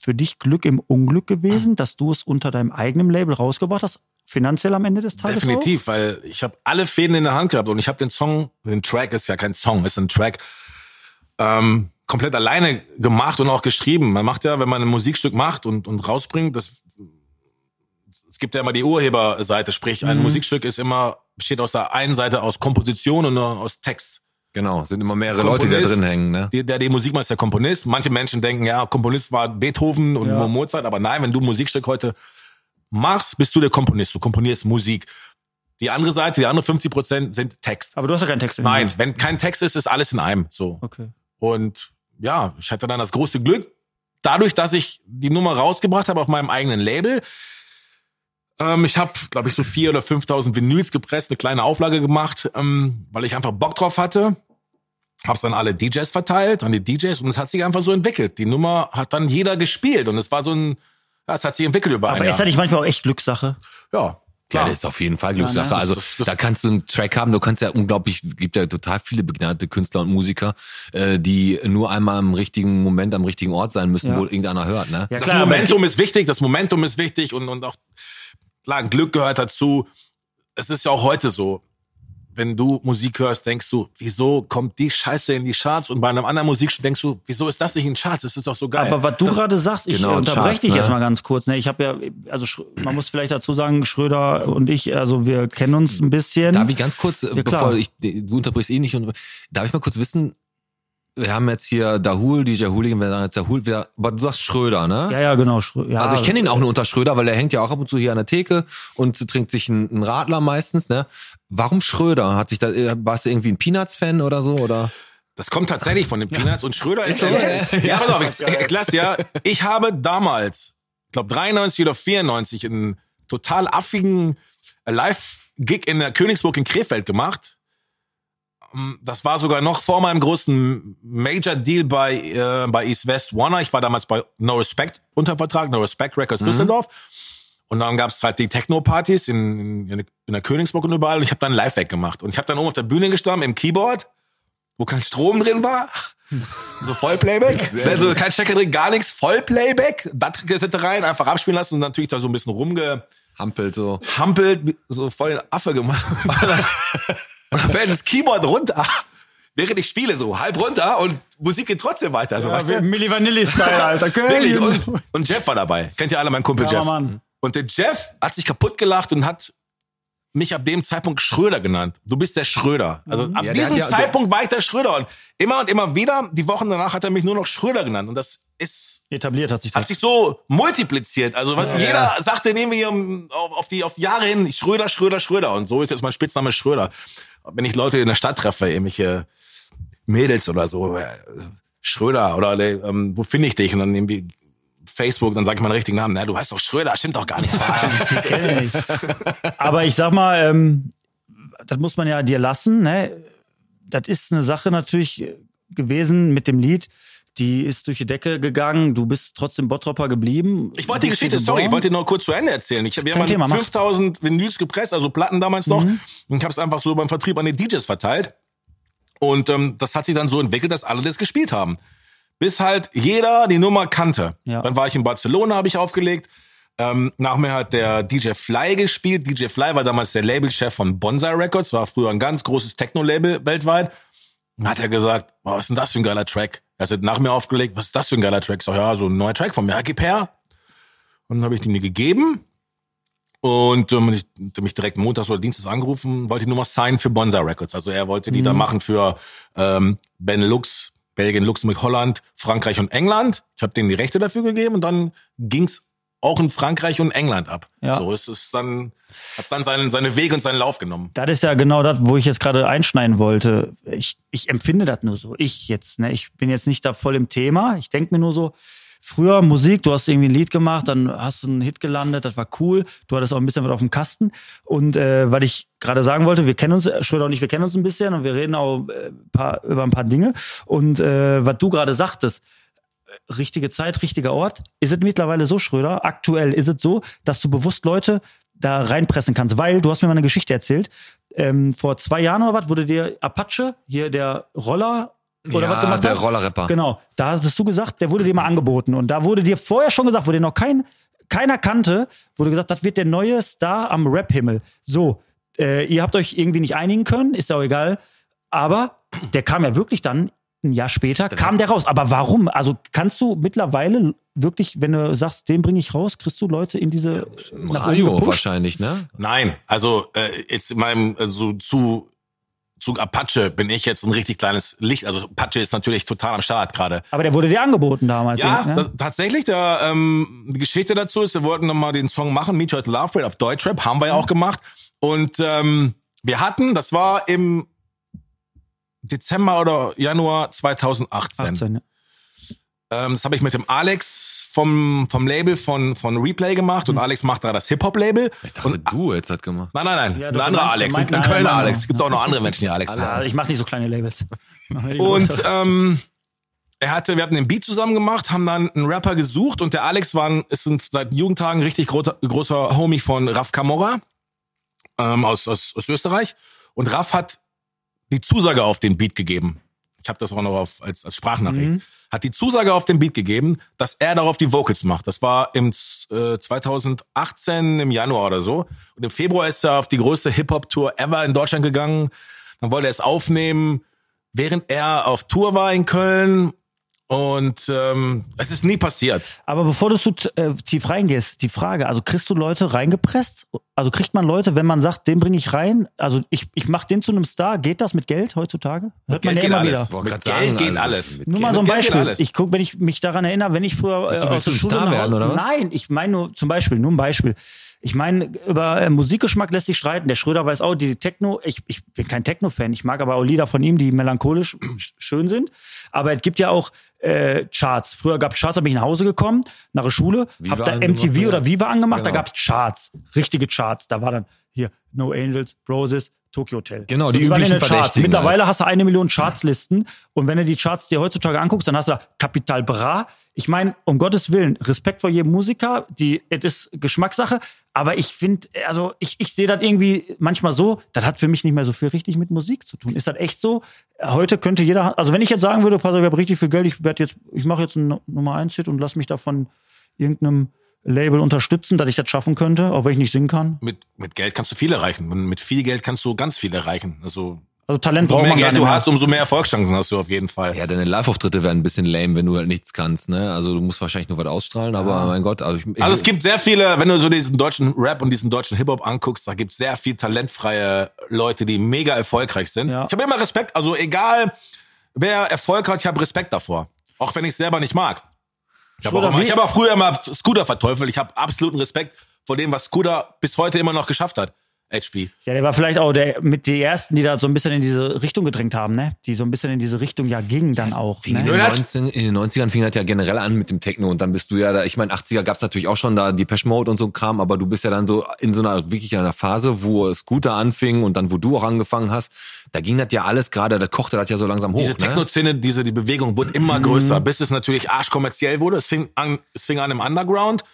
für dich Glück im Unglück gewesen, dass du es unter deinem eigenen Label rausgebracht hast, finanziell am Ende des Tages? auch? Definitiv, weil ich habe alle Fäden in der Hand gehabt und ich habe den Song, den Track ist ja kein Song, ist ein Track, ähm, komplett alleine gemacht und auch geschrieben. Man macht ja, wenn man ein Musikstück macht und, und rausbringt, das, es gibt ja immer die Urheberseite, sprich ein Musikstück ist immer, besteht aus der einen Seite aus Komposition und aus Text. Genau, sind immer mehrere Leute, die da Komponist, drin hängen. Ne? die- Der, die Musikmacher ist der Komponist. Manche Menschen denken, ja, Komponist war Beethoven und Ja. Mozart, aber nein, wenn du ein Musikstück heute machst, bist du der Komponist. Du komponierst Musik. Die andere Seite, die anderen 50 Prozent sind Text. Aber du hast ja keinen Text in der Nein, Hand. wenn kein Text ist, ist alles in einem. So. Okay. Und ja, ich hatte dann das große Glück, dadurch, dass ich die Nummer rausgebracht habe auf meinem eigenen Label. Ähm, ich habe, glaube ich, so vier oder 5.000 Vinyls gepresst, eine kleine Auflage gemacht, ähm, weil ich einfach Bock drauf hatte. Hab's dann alle DJs verteilt, an die DJs und es hat sich einfach so entwickelt. Die Nummer hat dann jeder gespielt und es war so ein, ja, es hat sich entwickelt über Aber ein ist das Jahr. nicht manchmal auch echt Glückssache? Ja, Ja, klar. das ist auf jeden Fall Glückssache. Ja, ne? Also Das- das- das- da kannst du einen Track haben, du kannst ja unglaublich, gibt ja total viele begnadete Künstler und Musiker, äh, die nur einmal im richtigen Moment am richtigen Ort sein müssen, Ja. wo irgendeiner hört. Ne? Ja, das klar. aber- Momentum ist wichtig, das Momentum ist wichtig und, und auch, klar, Glück gehört dazu. Es ist ja auch heute so. Wenn du Musik hörst, denkst du, wieso kommt die Scheiße in die Charts? Und bei einem anderen Musikstück denkst du, wieso ist das nicht in den Charts? Äh, Das ist doch so geil. Aber was du gerade sagst, ich Genau, äh, unterbreche Charts, dich ne? jetzt mal ganz kurz. Ne, ich habe ja, also Schrö- man muss vielleicht dazu sagen, Schröder und ich, also wir kennen uns ein bisschen. Darf ich ganz kurz, äh, Hm? klar. bevor ich, du unterbrichst eh nicht, und- darf ich mal kurz wissen, wir haben jetzt hier Dahul, DJ Hooligan, wir sagen jetzt Dahul, wir, aber du sagst Schröder, ne? ja, ja, genau. Schrö ja, Also ich kenne ihn auch nur unter Schröder, weil er hängt ja auch ab und zu hier an der Theke und trinkt sich einen, einen Radler meistens. Ne? Warum Schröder? Hat sich da äh, warst du irgendwie ein Peanuts-Fan oder so oder? Das kommt tatsächlich von den Peanuts und Schröder ist ja, ja, pass auf, ich erklär's ja. Ich habe damals, ich glaube 93 oder 94, einen total affigen Live-Gig in der Königsburg in Krefeld gemacht. Ähm, Das war sogar noch vor meinem großen Major-Deal bei, äh, bei East West Warner. Ich war damals bei No Respect unter Vertrag, No Respect Records Düsseldorf. Und dann gab's halt die Techno-Partys in, in, in der Königsburg und überall. Und ich habe dann ein Live-Weg gemacht. Und ich habe dann oben auf der Bühne gestanden im Keyboard wo kein Strom drin war. So Vollplayback. Also kein Stecker drin, gar nichts. Vollplayback. Dattelkassette rein, einfach abspielen lassen und natürlich da so ein bisschen rumgehampelt, Hampelt so. so voll den Affe gemacht. [LAUGHS] und dann fällt das Keyboard runter, während ich spiele, so halb runter und Musik geht trotzdem weiter. Also So, Ja, weißt du? wie Milli [LAUGHS] Vanilli-Style, Alter. Wirklich. Köln. Und, und Jeff war dabei. Kennt ihr alle meinen Kumpel Ja, Jeff. Mann. Und der Jeff hat sich kaputt gelacht und hat mich ab dem Zeitpunkt Schröder genannt. Du bist der Schröder. Also ab Mhm. Ja, der diesem hat ja- der- Zeitpunkt war ich der Schröder. Und immer und immer wieder, die Wochen danach hat er mich nur noch Schröder genannt. Und das ist, Etabliert hat sich hat das. sich so multipliziert. Also was jeder sagte, nehmen wir hier um, auf auf die, auf die Jahre hin, Schröder, Schröder, Schröder. Und so ist jetzt mein Spitzname Schröder. Wenn ich Leute in der Stadt treffe, irgendwelche Mädels oder so, äh, Schröder oder ähm, wo finde ich dich? Und dann irgendwie Facebook, dann sage ich meinen richtigen Namen. Na, du heißt doch Schröder, stimmt doch gar nicht. Ich kenne ihn nicht. Aber ich sag mal, ähm, das muss man ja dir lassen. Ne? Das ist eine Sache natürlich gewesen mit dem Lied. Die ist durch die Decke gegangen. Du bist trotzdem Bottropper geblieben. Ich wollte die Bist hier Geschichte, sorry, ich geboren. wollte die noch kurz zu Ende erzählen. Ich, wir Kein haben Thema, mach. Mhm. 5000 Vinyls gepresst, also Platten damals noch. Und ich habe es einfach so beim Vertrieb an die DJs verteilt. Und ähm, das hat sich dann so entwickelt, dass alle das gespielt haben. Bis halt jeder die Nummer kannte. Ja. Dann war ich in Barcelona, habe ich aufgelegt. Ähm, nach mir hat der DJ Fly gespielt. DJ Fly war damals der Labelchef von Bonsai Records, war früher ein ganz großes Techno-Label weltweit. Dann hat er gesagt, "Boah, was ist denn das für ein geiler Track? Er hat nach mir aufgelegt, was ist das für ein geiler Track? Ich sag, ja, so ein neuer Track von mir. Ja, gib her. Und dann habe ich den mir gegeben. Und ähm, ich hab mich direkt montags oder dienstags angerufen, wollte die Nummer sign für Bonza Records. Also er wollte die da machen für ähm, Benelux, Belgien, Luxemburg, Holland, Frankreich und England. Ich habe denen die Rechte dafür gegeben und dann ging's auch in Frankreich und England ab. Ja. So ist es dann, hat's dann seinen, seine Wege und seinen Lauf genommen. Das ist ja genau das, wo ich jetzt gerade einschneiden wollte. Ich, ich empfinde das nur so. Ich jetzt, ne? Ich bin jetzt nicht da voll im Thema. Ich denke mir nur so, früher Musik, du hast irgendwie ein Lied gemacht, dann hast du einen Hit gelandet, das war cool. Du hattest auch ein bisschen was auf dem Kasten. Und äh, was ich gerade sagen wollte, wir kennen uns, äh, Schröder und ich, wir kennen uns ein bisschen und wir reden auch äh, paar, über ein paar Dinge. Und äh, was du gerade sagtest, richtige Zeit, richtiger Ort. Ist es mittlerweile so, Schröder, aktuell ist es so, dass du bewusst Leute da reinpressen kannst? Weil du hast mir mal eine Geschichte erzählt. Ähm, vor zwei Jahren oder was wurde dir Apache, hier der Roller oder Ja, was gemacht der hat? Rollerrapper. Genau, da hattest du gesagt, der wurde dir mal angeboten. Und da wurde dir vorher schon gesagt, wo dir noch kein, keiner kannte, wurde gesagt, das wird der neue Star am Rap-Himmel. So, äh, ihr habt euch irgendwie nicht einigen können, ist ja auch egal. Aber der kam ja wirklich dann ein Jahr später, kam der raus. Aber warum? Also kannst du mittlerweile wirklich, wenn du sagst, den bringe ich raus, kriegst du Leute in diese nach oben Radio gepusht? wahrscheinlich, ne? Nein, also äh, jetzt in meinem, also äh, zu zu Apache bin ich jetzt ein richtig kleines Licht. Also Apache ist natürlich total am Start gerade. Aber der wurde dir angeboten damals. Ja, ne? das, tatsächlich. Der, ähm, die Geschichte dazu ist, wir wollten nochmal den Song machen, Meet Your Love Rate auf Deutschrap, haben wir Mhm. ja auch gemacht. Und ähm, wir hatten, das war im Dezember oder Januar 2018. 18, ja. Ähm, das habe ich mit dem Alex vom, vom Label von, von Replay gemacht Mhm. und Alex macht da das Hip-Hop-Label. Ich dachte, du hättest das gemacht. Nein, nein, nein. Ja, ein doch, anderer meinst- Alex, meinst- ein nein, Kölner nein, nein. Alex. Es gibt auch noch andere Menschen, die Alex heißen. Also ich mache nicht so kleine [LAUGHS] Labels. Und ähm, er hatte, wir hatten den Beat zusammen gemacht, haben dann einen Rapper gesucht und der Alex war ein, ist ein, seit Jugendtagen richtig großer, großer Homie von Raf Camorra ähm, aus, aus, aus Österreich. Und Raf hat die Zusage auf den Beat gegeben. Ich habe das auch noch auf, als, als Sprachnachricht. Hat die Zusage auf den Beat gegeben, dass er darauf die Vocals macht. Das war im äh, 2018 im Januar oder so. Und im Februar ist er auf die größte Hip-Hop-Tour ever in Deutschland gegangen. Dann wollte er es aufnehmen, während er auf Tour war in Köln. Und ähm, es ist nie passiert. Aber bevor du zu äh, tief reingehst, die Frage, also kriegst du Leute reingepresst? Also kriegt man Leute, wenn man sagt, den bringe ich rein, also ich, ich mache den zu einem Star, geht das mit Geld heutzutage? Hört man Geld ja geht immer alles. wieder. Boah, Mit Geld geht alles. also mit Nur Geld- mal so ein Geld geht Beispiel. alles. Ich guck, wenn ich mich daran erinnere, wenn ich früher äh, du, willst aus der du ein Schule Star nach- werden, oder was? Nein, ich meine nur zum Beispiel, nur ein Beispiel. Ich meine, über äh, Musikgeschmack lässt sich streiten. Der Schröder weiß auch, die Techno, ich, ich bin kein Techno-Fan, ich mag aber auch Lieder von ihm, die melancholisch [CLEARS THROAT] sch- schön sind. Aber es gibt ja auch äh, Charts. Früher gab es Charts, da bin ich nach Hause gekommen, nach der Schule, Viva hab da angemacht, MTV ja. oder Viva angemacht, da Genau. gab es Charts, richtige Charts. Da war dann hier No Angels, Roses, Tokyo Hotel. Genau, die waren in üblichen den Verdächtigen Mittlerweile hast du eine Million Chartslisten und wenn du die Charts dir heutzutage anguckst, dann hast du da Capital Bra. Ich meine, um Gottes Willen, Respekt vor jedem Musiker, die, es ist Geschmackssache, aber ich finde, also ich, ich sehe das irgendwie manchmal so, das hat für mich nicht mehr so viel richtig mit Musik zu tun. Ist das echt so? Heute könnte jeder, also wenn ich jetzt sagen würde, pass auf, ich habe richtig viel Geld, ich werde jetzt, ich mache jetzt einen Nummer 1 Hit und lass mich davon irgendeinem Label unterstützen, dass ich das schaffen könnte, auch wenn ich nicht singen kann. Mit, mit Geld kannst du viel erreichen. Und mit viel Geld kannst du ganz viel erreichen. Also Also Talent umso braucht mehr man gar Geld nicht du mehr. hast, umso mehr Erfolgschancen hast du auf jeden Fall. Ja, deine Live-Auftritte werden ein bisschen lame, wenn du halt nichts kannst, ne? Also du musst wahrscheinlich nur was ausstrahlen, aber mein Gott, also ich, Also es gibt sehr viele, wenn du so diesen deutschen Rap und diesen deutschen Hip-Hop anguckst, da gibt es sehr viel talentfreie Leute, die mega erfolgreich sind. Ja. Ich habe immer Respekt, also egal wer Erfolg hat, ich habe Respekt davor. Auch wenn ich es selber nicht mag. Ich habe auch, Schröder, immer- wie- ich hab auch früher immer Scooter verteufelt. Ich habe absoluten Respekt vor dem, was Scooter bis heute immer noch geschafft hat. HP. Ja, der war vielleicht auch der mit die ersten, die da so ein bisschen in diese Richtung gedrängt haben, ne? Die so ein bisschen in diese Richtung ja gingen dann auch. in, Ne? den Nö, das- 19, in den 90ern fing das ja generell an mit dem Techno und dann bist du ja da, ich meine, 80er gab's natürlich auch schon da die Mode und so ein Kram, aber du bist ja dann so in so einer wirklich einer Phase, wo Scooter anfing und dann wo du auch angefangen hast, da ging das ja alles gerade, da kochte das ja so langsam hoch, Diese ne? Techno-Szene, diese die Bewegung wurde immer Mhm. größer, bis es natürlich arschkommerziell wurde. Es fing an, es fing an im Underground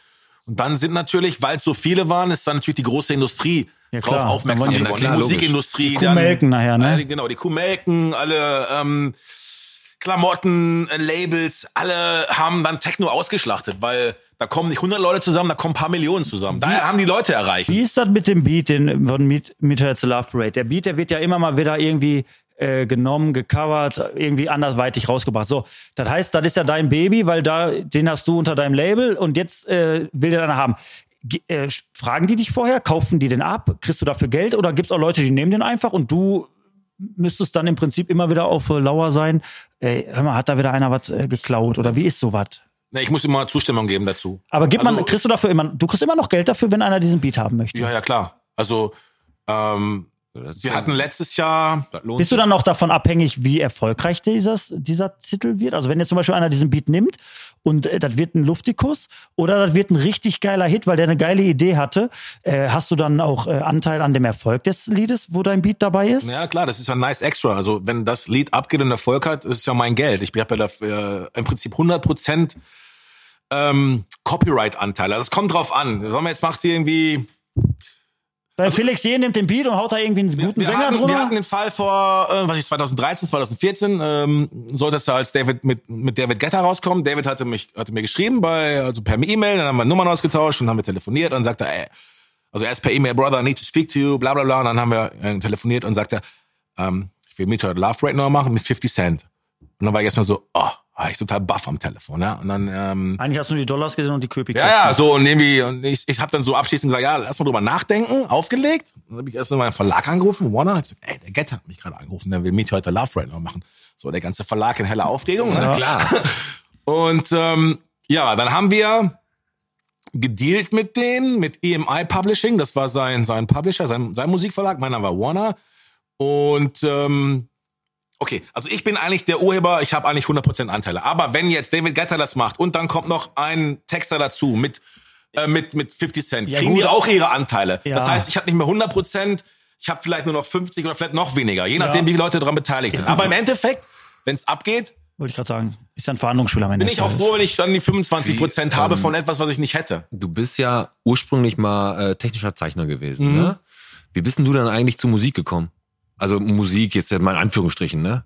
und dann sind natürlich, weil es so viele waren, ist dann natürlich die große Industrie Ja, drauf klar. aufmerksam Dann wollen die- geworden. Ja, die klar, Musikindustrie, Die Kuh melken nachher, ne? Alle, genau, die Kuh melken, alle ähm, Klamotten, äh, Labels, alle haben dann Techno ausgeschlachtet, weil da kommen nicht 100 Leute zusammen, da kommen ein paar Millionen zusammen. Daher haben die Leute erreicht. Wie ist das mit dem Beat, den von Meet, Meet Her to Love Parade? Der Beat, der wird ja immer mal wieder irgendwie äh, genommen, gecovert, irgendwie anderweitig rausgebracht. So, das heißt, das ist ja dein Baby, weil da den hast du unter deinem Label und jetzt äh, will der einer haben. Ge- äh, fragen die dich vorher, kaufen die den ab, kriegst du dafür Geld oder gibt's auch Leute, die nehmen den einfach und du müsstest dann im Prinzip immer wieder auf äh, Lauer sein. Ey, hör mal, hat da wieder einer was äh, geklaut oder wie ist sowas? Ne, Ich muss immer Zustimmung geben dazu. Aber gibt man, Also- kriegst du dafür immer, du kriegst immer noch Geld dafür, wenn einer diesen Beat haben möchte. Ja, ja, klar. Also ähm, wir hatten letztes Jahr Das lohnt Bist du sich. dann auch davon abhängig, wie erfolgreich dieses, dieser Titel wird? Also wenn jetzt zum Beispiel einer diesen Beat nimmt und äh, das wird ein Luftikus oder das wird ein richtig geiler Hit, weil der eine geile Idee hatte, äh, hast du dann auch äh, Anteil an dem Erfolg des Liedes, wo dein Beat dabei ist? Ja, klar, das ist ja ein nice extra. Also, wenn das Lied abgeht und Erfolg hat, ist es ja mein Geld. Ich habe ja dafür äh, im Prinzip 100% ähm, Copyright-Anteil. Also, es kommt drauf an. Sagen wir, jetzt macht ihr irgendwie. Weil Felix Jähn nimmt den Beat und haut da irgendwie einen guten also Wir Sänger hatten, wir drüber. hatten den Fall vor, äh, was ich, 2013, 2014, ähm, sollte es ja als David mit, mit David Getter rauskommen. David hatte mich, hatte mir geschrieben bei, also per E-Mail, dann haben wir Nummern ausgetauscht und haben wir telefoniert und sagte, ey, also erst per E-Mail, Brother, I need to speak to you, bla bla bla. Und dann haben wir äh, telefoniert und sagte, ähm, ich will Meet Her Love Right Now machen mit 50 Cent. Und dann war ich erstmal so, oh, war ich total baff am Telefon, ja. Und dann, ähm, Eigentlich hast du nur die Dollars gesehen und die Köpike. ja, ja, so und irgendwie, und ich, ich habe dann so abschließend gesagt, ja, lass mal drüber nachdenken, aufgelegt. Dann habe ich erst mal meinen Verlag angerufen, Warner, hab gesagt, ey, der Getter hat mich gerade angerufen, der will Meet heute Love Right Now machen. So, der ganze Verlag in heller Aufregung, ne? klar. und ähm, ja, dann haben wir gedealt mit denen, mit EMI Publishing, das war sein, sein Publisher, sein, sein Musikverlag, meiner war Warner. Und ähm, Okay, also ich bin eigentlich der Urheber, ich habe eigentlich 100% Anteile. Aber wenn jetzt David Guetta das macht und dann kommt noch ein Texter dazu mit, äh, mit, mit 50 Cent, Ja, kriegen die gut. auch ihre Anteile. Ja. Das heißt, ich habe nicht mehr 100%, ich habe vielleicht nur noch 50 oder vielleicht noch weniger, je nachdem, wie viele Leute daran [LAUGHS] beteiligt sind. Aber im Endeffekt, wenn es abgeht, Wollte ich gerade sagen. Ist ja ein Verhandlungsspiel am Ende. bin des ich auch Tages. froh, wenn ich dann die 25% habe von etwas, was ich nicht hätte. Du bist ja ursprünglich mal äh, technischer Zeichner gewesen, ne? Mhm. Wie bist denn du dann eigentlich zu Musik gekommen? Also Musik jetzt mal in Anführungsstrichen, ne?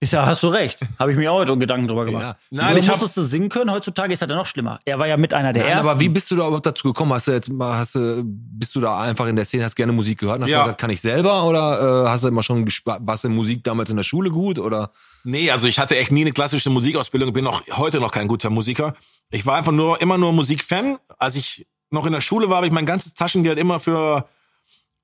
Ist ja, hast du recht. Habe ich mir auch heute Gedanken drüber gemacht. Ja. Nein, Nein, Früher ich ich hab- musstest du singen können, heutzutage ist das ja noch schlimmer. Er war ja mit einer der Nein, ersten. aber wie bist du da überhaupt dazu gekommen? Hast du jetzt, mal- hast du, bist du da einfach in der Szene, hast gerne Musik gehört und hast Ja. gesagt, kann ich selber? Oder äh, hast du immer schon, gesp- warst du in Musik damals in der Schule gut? Oder? Nee, also ich hatte echt nie eine klassische Musikausbildung, bin auch heute noch kein guter Musiker. Ich war einfach nur immer nur Musikfan. Als ich noch in der Schule war, habe ich mein ganzes Taschengeld immer für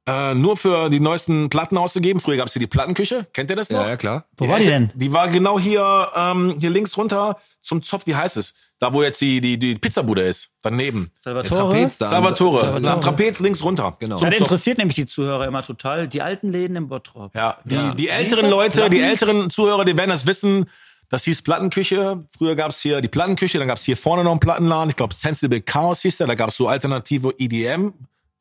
äh, nur für die neuesten Platten ausgegeben. Früher gab's hier die Plattenküche. Kennt ihr das noch? Ja, ja, klar. Wo war die denn? Die war genau hier ähm, hier links runter zum Zopf, wie heißt es? Da wo jetzt die die die Pizzabude ist, daneben. Salvatore? da. Salvatore, am Trapez links runter. Genau. Ja, das interessiert nämlich die Zuhörer immer total. Die alten Läden im Bottrop. Ja, die, die älteren Diese Leute, die Platten- älteren Zuhörer, die werden das wissen. Das hieß Plattenküche. Früher gab's hier die Plattenküche, dann gab's hier vorne noch einen Plattenladen. Ich glaube, Sensible Chaos hieß der. Da gab's so alternative EDM,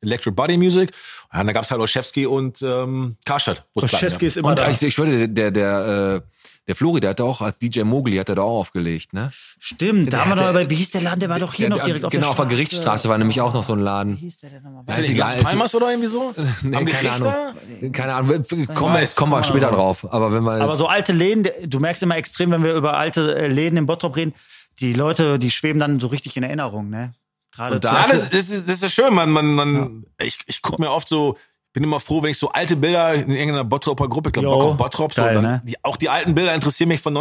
Electric Body Music. Ja, Und da gab's halt Olszewski und ähm, Karstadt. wo es Platten Olszewski gab. ist immer Und da. ich, ich würde, der, der, äh, der Flori, der hat auch als DJ Mogli hat er da auch aufgelegt, ne? Stimmt, da Der haben wir hatte- noch, aber wie hieß der Laden? Der war doch hier Der- noch direkt auf Genau, auf der Straße. Gerichtsstraße war nämlich auch noch so ein Laden. Wie hieß der denn nochmal? Weiß nicht, Egal, gab's ist- Palmas oder irgendwie so? Nee, Am keine Gericht da? Ahnung. Keine Ahnung. Kommen wir, weiß, jetzt, kommen wir kann man später aber- drauf. Aber wenn wir. Aber so alte Läden, der- du merkst immer extrem, wenn wir über alte äh, Läden im Bottrop reden, die Leute, die schweben dann so richtig in Erinnerung, ne? Gerade Und da- Ja, Weißt du- das, das, ist, das ist schön. Man, man, man, Ich, ich guck mir oft so, bin immer froh, wenn ich so alte Bilder in irgendeiner Bottroper Gruppe, ich glaube, Jo, Bock auf Bottrop, so, geil, dann, ne? die, auch die alten Bilder interessieren mich von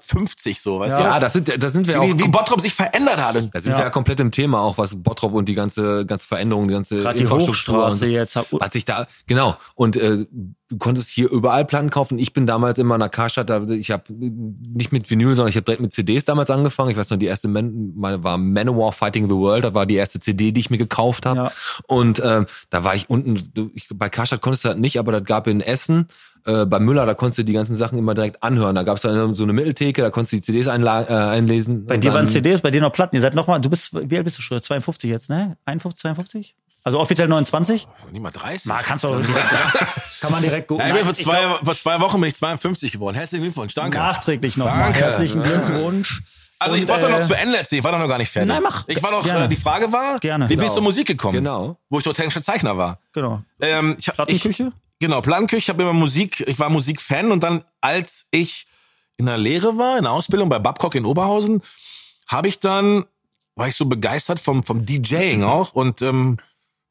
1950, so, weißt ja, du? das sind, das sind wir auch. Wie, wie Bottrop sich verändert hat. Und da sind wir ja komplett im Thema, auch was Bottrop und die ganze, ganze Veränderung, die ganze Gerade die Infrastruktur. Hochstraße und- jetzt, hab- Hat sich da, genau. Und äh, du konntest hier überall Platten kaufen. Ich bin damals immer in der Karstadt, da, ich habe nicht mit Vinyl, sondern ich habe direkt mit CDs damals angefangen. Ich weiß noch, die erste Man meine war Manowar Fighting the World, das war die erste CD, die ich mir gekauft habe. Ja. Und ähm, da war ich unten, du- ich, bei Karstadt konntest du das nicht, aber das gab in Essen. äh, Bei Müller, da konntest du die ganzen Sachen immer direkt anhören. Da gab es dann so eine Mitteltheke, da konntest du die CDs einla- äh, einlesen. Bei dir waren waren CDs, bei dir noch Platten. Ihr seid nochmal, du bist, wie alt bist du schon? 52 jetzt, ne? 51, 52? Also offiziell 29? Oh, nicht mal 30. Ah, kannst du [LAUGHS] direkt, kann man direkt gucken. Nein, ich Nein, bin vor ich zwei, glaub, vor zwei Wochen bin ich 52 geworden. Herzlichen Glückwunsch, danke. nachträglich nochmal. Danke. Herzlichen Glückwunsch. also ich Und, wollte äh, noch zu Ende erzählen, ich war doch noch gar nicht fertig. Nein, mach. Ich war doch, Gerne. äh, die Frage war, Gerne. wie bist Genau. du zur Musik gekommen? Genau. Wo ich dort technischer Zeichner war. Genau. Ähm, ich hab, Plattenküche? Ich, genau, Plattenküche. Ich habe immer Musik, ich war Musikfan und dann, als ich in der Lehre war, in der Ausbildung bei Babcock in Oberhausen, habe ich dann, war ich so begeistert vom, vom DJing auch und ähm,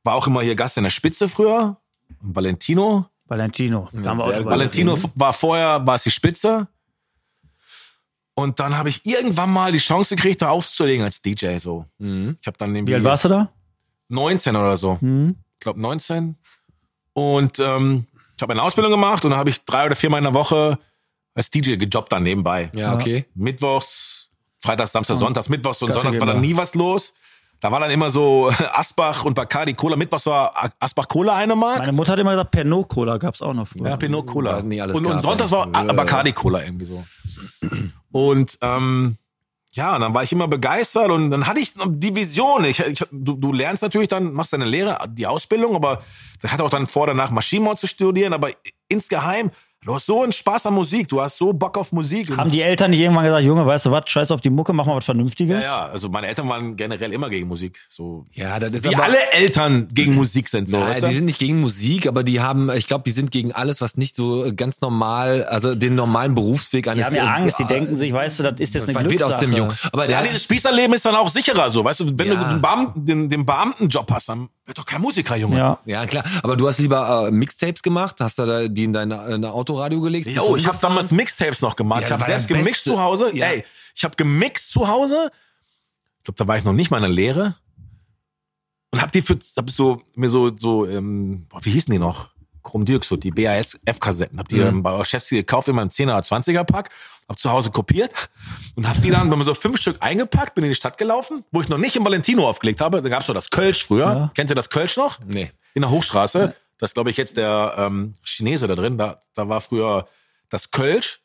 war auch immer hier Gast in der Spitze früher. Und Valentino. Valentino. Da haben wir auch Mhm. sehr drüber Valentino geredet. war vorher, war es die Spitze. Und dann habe ich irgendwann mal die Chance gekriegt, da aufzulegen als DJ so. Ich habe dann Mhm. Wie alt warst du Mhm. da? 19 oder so. Ich glaube 19. Und ähm, ich habe eine Ausbildung gemacht und dann habe ich drei oder viermal in der Woche als DJ gejobbt dann nebenbei. Ja, okay. Mittwochs, Freitags, Samstags, Oh. Sonntags, Mittwochs und Gassi Sonntags war gehen dann wir. nie was los. Da war dann immer so [LAUGHS] Asbach und Bacardi Cola. Mittwochs war Asbach Cola eine Mark. Meine Mutter hat immer gesagt, Pernod Cola gab's auch noch früher. Ja, Pinot Cola. Hat nie alles und, und gehabt, Sonntags war ey. A- Bacardi Cola irgendwie so. Und ähm, ja, und dann war ich immer begeistert und dann hatte ich die Vision. Ich, ich, du, du lernst natürlich dann, machst deine Lehre, die Ausbildung, aber dann hat auch dann vor, danach Maschinenbau zu studieren, aber insgeheim, du hast so einen Spaß an Musik, du hast so Bock auf Musik. Und- Haben die Eltern nicht irgendwann gesagt, Junge, weißt du was, scheiß auf die Mucke, mach mal was ja, Vernünftiges? ja, also meine Eltern waren generell immer gegen Musik. So Ja, das ist wie aber, alle Eltern gegen Musik sind. So, Ja, weißt du? die sind nicht gegen Musik, aber die haben, ich glaube, die sind gegen alles, was nicht so ganz normal, also den normalen Berufsweg Die eines. haben ja äh, Angst, ah. die denken sich, weißt du, das ist jetzt eine was wird aus dem Jungen? Glückssache. Aber der Ja, dieses Spießerleben ist dann auch sicherer so, weißt du, wenn Ja. du den, Beamten, den, den Beamtenjob hast, dann wird doch kein Musiker, Junge. Ja. ja klar, aber du hast lieber äh, Mixtapes gemacht, hast du da die in dein, in dein Auto Autoradio gelegt? bist Jo, du ich habe rumgefahren? damals Mixtapes noch gemacht. Ja, ich das habe war selbst das gemixt Beste. zu Hause. Ja. Ey, ich habe gemixt zu Hause. Ich glaube, da war ich noch nicht mal in der Lehre. Und hab die für, hab so, mir so, so, ähm, boah, wie hießen die noch? Chromdioxid, die BASF-Kassetten. Hab die ähm, bei Oschewski gekauft in meinem 10er oder 20er-Pack. Hab zu Hause kopiert und hab die dann bei mir so fünf Stück eingepackt, bin in die Stadt gelaufen, wo ich noch nicht im Valentino aufgelegt habe. Da gab's noch das Kölsch früher. Kennt ihr das Kölsch noch? Nee. in der Hochstraße. Das glaube ich jetzt der ähm, Chinese da drin. Da, da war früher das Kölsch.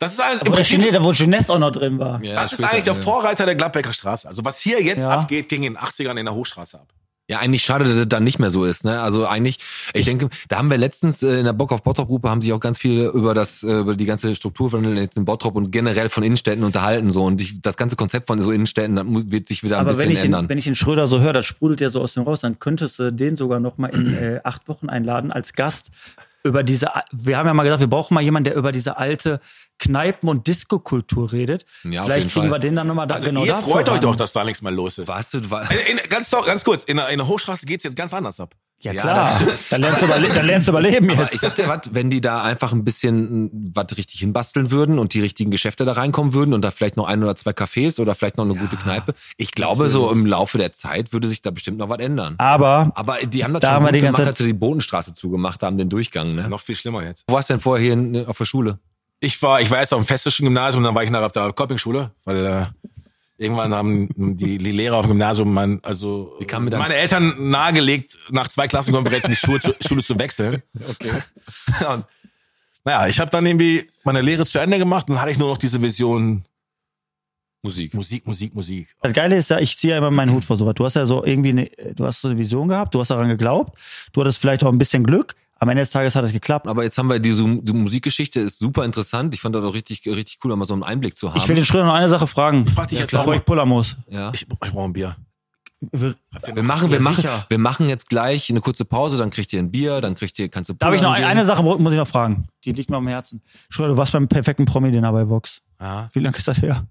Das ist alles im Wo der Prinzip, Chine, da wo Jeunesse auch noch drin war. Ja, das ist später, eigentlich der ja. Vorreiter der Gladbecker Straße. Also was hier jetzt Ja. abgeht, ging in den 80ern in der Hochstraße ab. Ja, eigentlich schade, dass das dann nicht mehr so ist. Ne? Also eigentlich, ich denke, da haben wir letztens äh, in der Bock auf Bottrop-Gruppe haben sich auch ganz viel über das, äh, über die ganze Struktur von jetzt in Bottrop und generell von Innenstädten unterhalten so und ich, das ganze Konzept von so Innenstädten das mu- wird sich wieder ein Aber wenn bisschen ich, den, ändern. wenn ich den Schröder so höre, das sprudelt ja so aus dem raus, dann könntest du den sogar noch mal in äh, acht Wochen einladen als Gast. über diese, a- wir haben ja mal gesagt, wir brauchen mal jemanden, der über diese alte Kneipen- und Disco-Kultur redet. Ja, auf jeden Vielleicht kriegen Fall. wir den dann nochmal da Also genau ihr dafür freut euch ran. doch, dass da nichts mehr los ist. Warst du, [LAUGHS] Äh, war, In, in, ganz, doch- ganz kurz, in der, in der Hochstraße geht's jetzt ganz anders ab. Ja, Ja, klar. [LAUGHS] dann, lernst du überle- dann lernst du überleben Aber ich jetzt. sag dir was, wenn die da einfach ein bisschen m, was richtig hinbasteln würden und die richtigen Geschäfte da reinkommen würden und da vielleicht noch ein oder zwei Cafés oder vielleicht noch eine gute Kneipe, ich glaube, so im Laufe der Zeit würde sich da bestimmt noch was ändern. Aber Aber die haben das Da schon haben wir gut die ganze gemacht, Genau. Zeit- als sie die Bodenstraße zugemacht haben, den Durchgang. Ne? Noch viel schlimmer jetzt. Wo warst du denn vorher hier in, ne, auf der Schule? Ich war, ich war erst auf dem festischen Gymnasium, dann war ich nachher auf der Koppingschule, weil äh, irgendwann haben die, die Lehrer auf dem Gymnasium mein, also kamen mit einem- meine Eltern nahegelegt, nach zwei Klassenkonferenzen die Schule zu, Schule zu wechseln. [LAUGHS] Okay. Und, naja, ich habe dann irgendwie meine Lehre zu Ende gemacht und dann hatte ich nur noch diese Vision Musik. Musik, Musik, Musik. das Geile ist ja, ich ziehe ja immer meinen Hut vor sowas. Du hast ja so irgendwie eine, du hast so eine Vision gehabt, du hast daran geglaubt, du hattest vielleicht auch ein bisschen Glück. Am Ende des Tages hat es geklappt. Aber jetzt haben wir diese die Musikgeschichte, ist super interessant. Ich fand das auch richtig, richtig cool, da mal so einen Einblick zu haben. Ich will den Schröder noch eine Sache fragen, Frag dich jetzt auch bevor mal. ich pullern muss. ja. Ich, ich brauche ein Bier. wir machen, wir Ja, machen, sicher. wir machen jetzt gleich eine kurze Pause, dann kriegt ihr ein Bier, dann kriegt ihr, kannst du Darf ich noch pullern ein- gehen. eine Sache muss ich noch fragen? Die liegt mir am Herzen. Schröder, du warst beim perfekten Promi-Dinner bei Vox. Ja. Wie lange ist das her?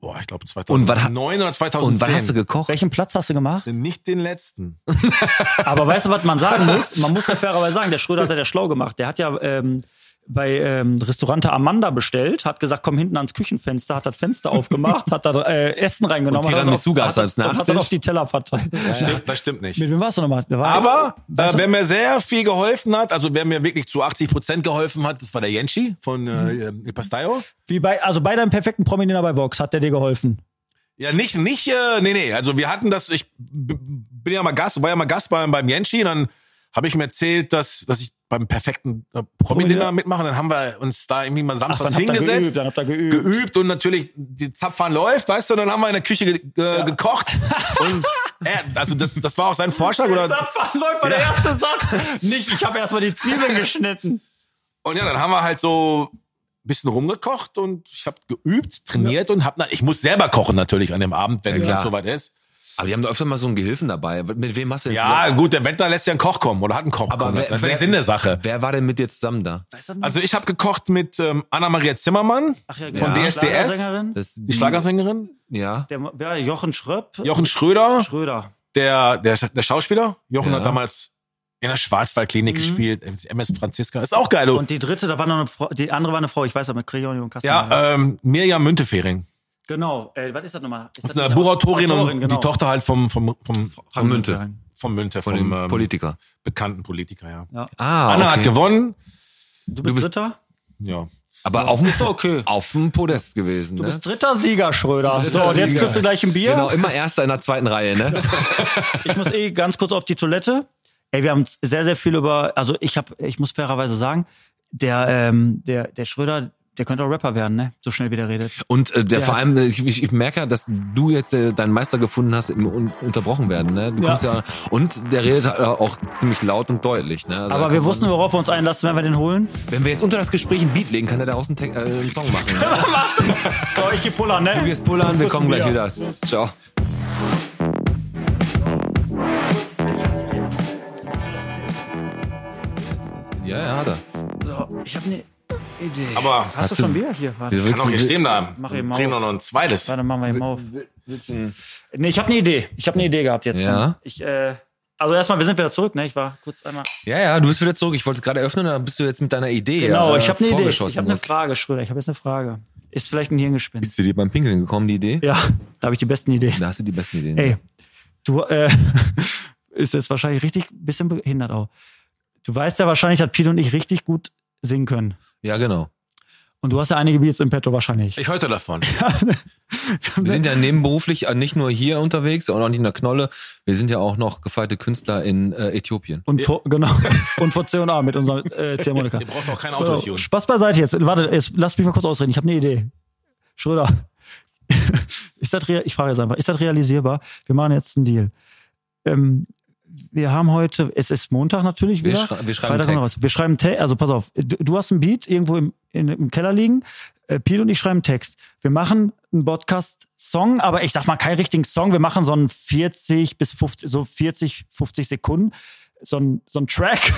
Boah, ich glaube Und was ha- 2009 oder 2010. Und was hast du gekocht? Welchen Platz hast du gemacht? Nicht den letzten. [LAUGHS] Aber weißt du, was man sagen muss? Man muss ja fairerweise sagen, der Schröder hat ja der schlau gemacht. Der hat ja ähm, bei ähm, Restaurante Amanda bestellt, hat gesagt, komm hinten ans Küchenfenster, hat das Fenster aufgemacht, hat da äh, Essen reingenommen. Und Tiramisu hat dann auf- gab's als hat dann- Hat dann Nachtisch. auf die Teller verteilt. Stimmt, das stimmt [LAUGHS] nicht. Mit Also, wem warst du nochmal? Wer war- Aber äh, wer mir sehr viel geholfen hat, also wer mir wirklich zu 80 Prozent geholfen hat, das war der Jenschi von äh, Mhm. El Pastayo. Wie bei, also bei deinem perfekten Prominenter bei Vox hat der dir geholfen. Ja, nicht, nicht, äh, nee, nee. Also wir hatten das, ich b- bin ja mal Gast, war ja mal Gast beim, beim Jenschi und dann habe ich ihm erzählt, dass, dass ich beim perfekten äh, Promi-Dinner mitmache. Dann haben wir uns da irgendwie mal samstags dann habt ihr hingesetzt, geübt, dann habt ihr geübt. und natürlich die Zapfhahn läuft, weißt du, und dann haben wir in der Küche ge ge [LAUGHS] gekocht. und äh, also das, das war auch sein Vorschlag, oder? läuft war der erste [LAUGHS] Satz. Nicht, ich habe erstmal die Zwiebeln geschnitten. Und ja, dann haben wir halt so ein bisschen rumgekocht und ich habe geübt, trainiert und hab na, ich muss selber kochen natürlich an dem Abend, wenn klar. das soweit ist. Aber die haben da öfter mal so einen Gehilfen dabei. Mit wem hast du denn Ja, zusammen- gut, der Wendler lässt ja einen Koch kommen oder hat einen Koch kommen lassen. Das ist ja nicht Sinn der Sache. Wer war denn mit dir zusammen da? Also ich habe gekocht mit ähm, Anna Maria Zimmermann von DSDS, Schlagersängerin. Das, die Schlagersängerin, Ja. genau. Der, wer, Jochen Schröpp. Jochen Schröder, Schröder. der der, der Schauspieler. Jochen Ja. Mhm. hat damals in der Schwarzwaldklinik gespielt, MS Franziska. Ist auch geil. Und die dritte, da war noch eine Frau, die andere war eine Frau, ich weiß aber, Krioni und Kasten. ja, ähm, Mirjam Müntefering. genau. Äh, was ist das nochmal? Das ist eine Buchautorin und genau. die Tochter halt vom vom vom Frank Münte. vom Münte Von dem vom ähm, Politiker. bekannten Politiker, ja. Ja. Ah, Anna hat okay. gewonnen. Du bist, Dritter? Ja. Aber auf dem, okay. auf dem Podest gewesen. Du ne? bist dritter Sieger, Schröder. so, und jetzt Sieger. kriegst du gleich ein Bier. Genau, immer Erster in der zweiten Reihe, ne? Genau. Ich muss eh ganz kurz auf die Toilette. Ey, wir haben sehr, sehr viel über, also ich habe, ich muss fairerweise sagen, der, ähm, der, der Schröder, der könnte auch Rapper werden, ne? So schnell wie der redet. Und äh, der, Ja. vor allem, äh, ich, ich, ich merke ja, dass du jetzt äh, deinen Meister gefunden hast im un unterbrochen werden, ne? Du Ja. kommst ja. Und der redet äh, auch ziemlich laut und deutlich, ne? Also da Aber wir kann wussten, worauf wir uns einlassen, wenn wir den holen. man, wenn wir jetzt unter das Gespräch ein Beat legen, kann er daraus einen, Te- äh, einen Song machen. Ne? So, ich geh pullern, ne? Du gehst pullern, wir kommen gleich wieder. Ciao. Ja, ja, hat er. So, ich habe eine Idee. Aber Hast, du du- schon Bier hier? Warte. Wir kann auch hier stehen bleiben. Mach eben eben Drehen auf. wir noch ein zweites. ne Warte, machen wir eben auf. Nee, ich habe eine Idee. Ich habe eine Idee gehabt jetzt. Ja? Ich, äh, Also erstmal, wir sind wieder zurück, ne? Ich war kurz einmal. Ja, ja, du bist wieder zurück. Ich wollte gerade öffnen, dann bist du jetzt mit deiner Idee. Genau, ja, äh, ich habe eine Idee. Ich vorgeschossen. habe eine Frage, Schröder. Ich habe jetzt eine Frage. Ist vielleicht ein Hirngespinst. Bist du dir beim Pinkeln gekommen, die Idee? Ja, da habe ich die besten Ideen. Da hast du die besten Ideen. Ey, du äh, [LAUGHS] ist jetzt wahrscheinlich richtig ein bisschen behindert auch. Du weißt ja wahrscheinlich, dass Pete und ich richtig gut singen können. Ja, genau. Und du hast ja einige Beats im Petto wahrscheinlich. Ich [LAUGHS] hörte davon. Wir sind ja nebenberuflich äh, nicht nur hier unterwegs und auch nicht in der Knolle. Wir sind ja auch noch gefeierte Künstler in äh, Äthiopien. Und vor, genau. [LAUGHS] Und vor C&A mit unserem [LAUGHS] äh, C-Monika. Ihr braucht auch kein So, Autotune. Spaß beiseite jetzt. Warte, jetzt lass mich mal kurz ausreden. Ich habe eine Idee. Schröder, [LAUGHS] ist das real, ich frage jetzt einfach, ist das realisierbar? Wir machen jetzt einen Deal. Ähm, wir haben heute, es ist Montag natürlich Wir wieder. schrei- wir schreiben Freitag kommt noch Text. was. Wir schreiben Text, also pass auf, du, du hast einen Beat irgendwo im, in, im Keller liegen, äh, Pete und ich schreiben Text. Wir machen einen Podcast-Song, aber ich sag mal keinen richtigen Song, wir machen so einen 40 bis 50, so 40, 50 Sekunden, so einen, so einen Track. [LAUGHS]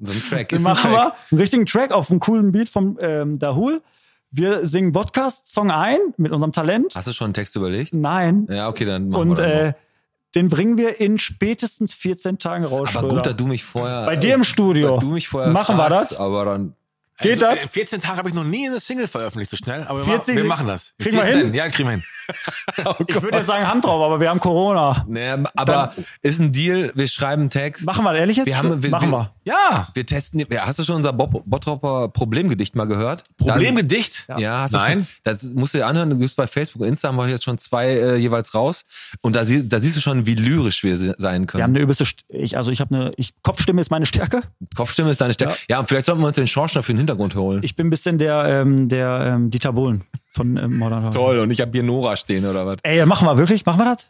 So ein Track. Wir ist ein Track. machen wir einen richtigen Track auf einen coolen Beat vom ähm, Dahul. Wir singen Podcast-Song ein mit unserem Talent. Hast du schon einen Text überlegt? Nein. Ja, okay, dann machen Und wir das äh, den bringen wir in spätestens 14 Tagen raus. mal. Aber Schröder. gut, dass du mich vorher... Bei dir im Studio. dass du mich vorher Machen wir fragst, oh das? Aber dann... Geht Also, das? äh, 14 Tage habe ich noch nie eine Single veröffentlicht, so schnell. Aber wir, 40 ma wir Sek- machen das. Kriegen wir hin? Ja, kriegen wir hin. ich würde jetzt sagen Hand drauf, aber wir haben Corona. Naja, ne, aber ist ein Deal, wir schreiben einen Text. Machen wir ehrlich jetzt? Wir haben- wir- Machen wir- wir. Ja. Wir testen, ja, hast du schon unser Bob, Bottropper Problemgedicht mal gehört? Problemgedicht? Dann, ja, hast Nein. Du schon, das musst du dir anhören. Du bist bei Facebook und Insta, haben wir jetzt schon zwei äh, jeweils raus. Und da, sie, da siehst du schon, wie lyrisch wir se- sein Wir können. haben eine übelste, St ich, also ich habe eine, ich, Kopfstimme ist meine Stärke. Kopfstimme ist deine Stärke. Ja. und vielleicht sollten wir uns den Schorschner für den Hintergrund holen. Ich bin ein bisschen der, ähm, der ähm, Dieter Bohlen von ähm, Modern Talking. Toll, und ich habe hier Nora stehen oder was? Ey, machen wir wirklich? Machen wir das?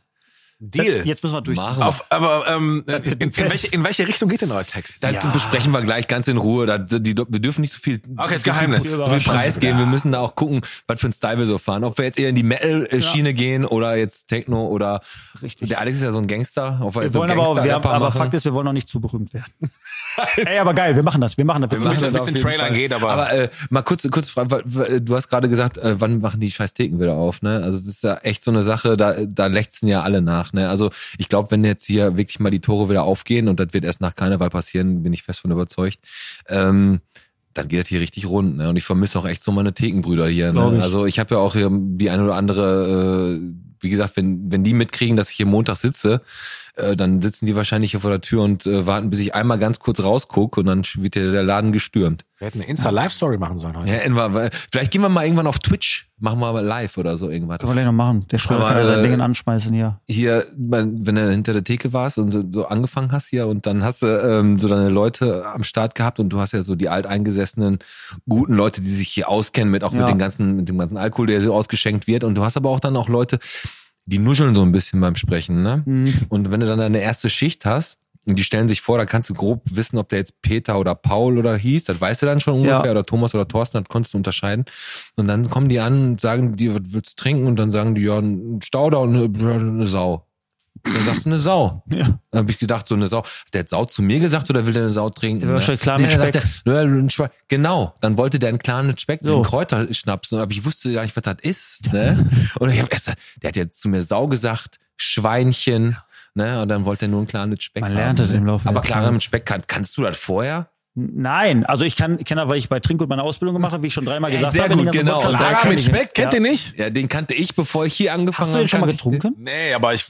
Deal. Jetzt müssen wir durch. Machen wir. Auf, aber ähm, in, wird ein in, Fest. welche, in welche Richtung geht denn euer Text? Das besprechen wir gleich ganz in Ruhe. Da, die, wir dürfen nicht so viel, Okay, ist so Geheimnis. viel, so viel Preis geben. Wir müssen da auch gucken, was für ein Style wir so fahren. Ob wir jetzt eher in die Metal-Schiene gehen oder jetzt Techno oder Richtig. der Alex ist ja so ein Also Gangster. Ob wir, Wir jetzt so wollen aber, auch, wir haben, Gangster-Rapper aber machen. Fakt ist, wir wollen noch nicht zu berühmt werden. [LAUGHS] Ey, aber geil, wir machen das, wir machen das. Wir Ein machen bisschen, ein das. bisschen auf jeden Trailer Fall. geht, aber, Aber äh, mal kurz, kurz fragen, weil- weil du hast gerade gesagt, äh, wann machen die scheiß Theken wieder auf, ne? Also das ist ja echt so eine Sache, da, da lechzen ja alle nach, ne? Also ich glaube, wenn jetzt hier wirklich mal die Tore wieder aufgehen und das wird erst nach Karneval passieren, bin ich fest von überzeugt, ähm, dann geht das hier richtig rund, ne? Und ich vermisse auch echt so meine Thekenbrüder hier. Glaub Ne? ich. Also ich habe ja auch hier die eine oder andere, äh, wie gesagt, wenn, wenn die mitkriegen, dass ich hier Montag sitze, äh, dann sitzen die wahrscheinlich hier vor der Tür und äh, warten, bis ich einmal ganz kurz rausgucke und dann wird hier der Laden gestürmt. wir hätten eine Insta-Live-Story machen sollen heute. Ja, irgendwann, weil- vielleicht gehen wir mal irgendwann auf Twitch, machen wir mal live oder so irgendwas. Können wir gleich noch machen. Der Schröder Aber, kann ja äh, sein Ding [LAUGHS] anschmeißen hier. Hier, man- wenn du hinter der Theke warst und so- so angefangen hast hier und dann hast du ähm, so deine Leute am Start gehabt und du hast ja so die alteingesessenen guten Leute, die sich hier auskennen mit auch Ja. mit den ganzen mit dem ganzen Alkohol, der so ausgeschenkt wird und du hast aber auch dann auch Leute, die nuscheln so ein bisschen beim Sprechen, ne? Und wenn du dann deine erste Schicht hast und die stellen sich vor, da kannst du grob wissen, ob der jetzt Peter oder Paul oder hieß, das weißt du dann schon ungefähr, Ja. oder Thomas oder Thorsten, das konntest du unterscheiden. Und dann kommen die an und sagen dir, was willst du trinken? Und dann sagen die, ja, ein Stauder und eine, eine Sau. Dann sagst du eine Sau. Ja. Dann habe ich gedacht, so eine Sau. Hat der jetzt Sau zu mir gesagt oder will der eine Sau trinken? Ne? Der war schon klar mit dann sagt Speck. Der, ja, ein Schwe- genau, dann wollte der einen klaren mit Speck, So. diesen Kräuterschnaps. Aber ich wusste gar nicht, was das [LAUGHS] ist. Ne? Und ich habe erst gesagt, der hat jetzt zu mir Sau gesagt, Schweinchen. Ne? Und dann wollte er nur einen klaren mit Speck Man haben, lernt das ne? im Laufe der Aber Zeit. klaren mit Speck, kann, kannst du das vorher? Nein, also ich kann, kenne, weil ich bei Trinkgut meine Ausbildung gemacht habe, wie ich schon dreimal gesagt sehr habe. in den gut, ganzen genau. Podcast. Und da Ja, Lager kann mit ich- Speck, kennt ja. ihr nicht? Ja, den kannte ich, bevor ich hier angefangen Hast du den schon mal kannte ich den. getrunken? Nee, aber ich...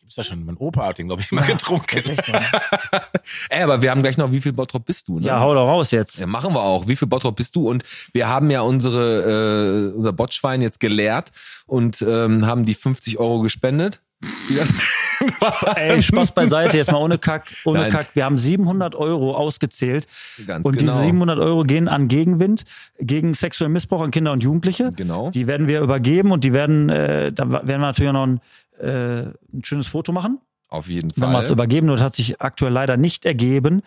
Gibt's da schon? Mein Opa hat den, glaube ich, mal [LAUGHS] getrunken. Ey, aber wir haben gleich noch, wie viel Bottrop bist du? Ne? Ja, hau doch raus jetzt. Ja, machen wir auch. Wie viel Bottrop bist du? Und wir haben ja unsere, äh, unser Botschwein jetzt geleert und ähm, haben die 50 Euro [LAUGHS] gespendet. Die das- Ey, Spaß beiseite, jetzt mal ohne Kack, ohne Nein. Kack. Wir haben 700 Euro ausgezählt. Ganz und genau. diese 700 Euro gehen an Gegenwind, gegen sexuellen Missbrauch an Kinder und Jugendliche. Genau. Die werden wir übergeben und die werden, äh, da werden wir natürlich auch noch ein, äh, ein schönes Foto machen. Auf jeden Wenn wir es Fall. übergeben, das hat sich aktuell leider nicht ergeben,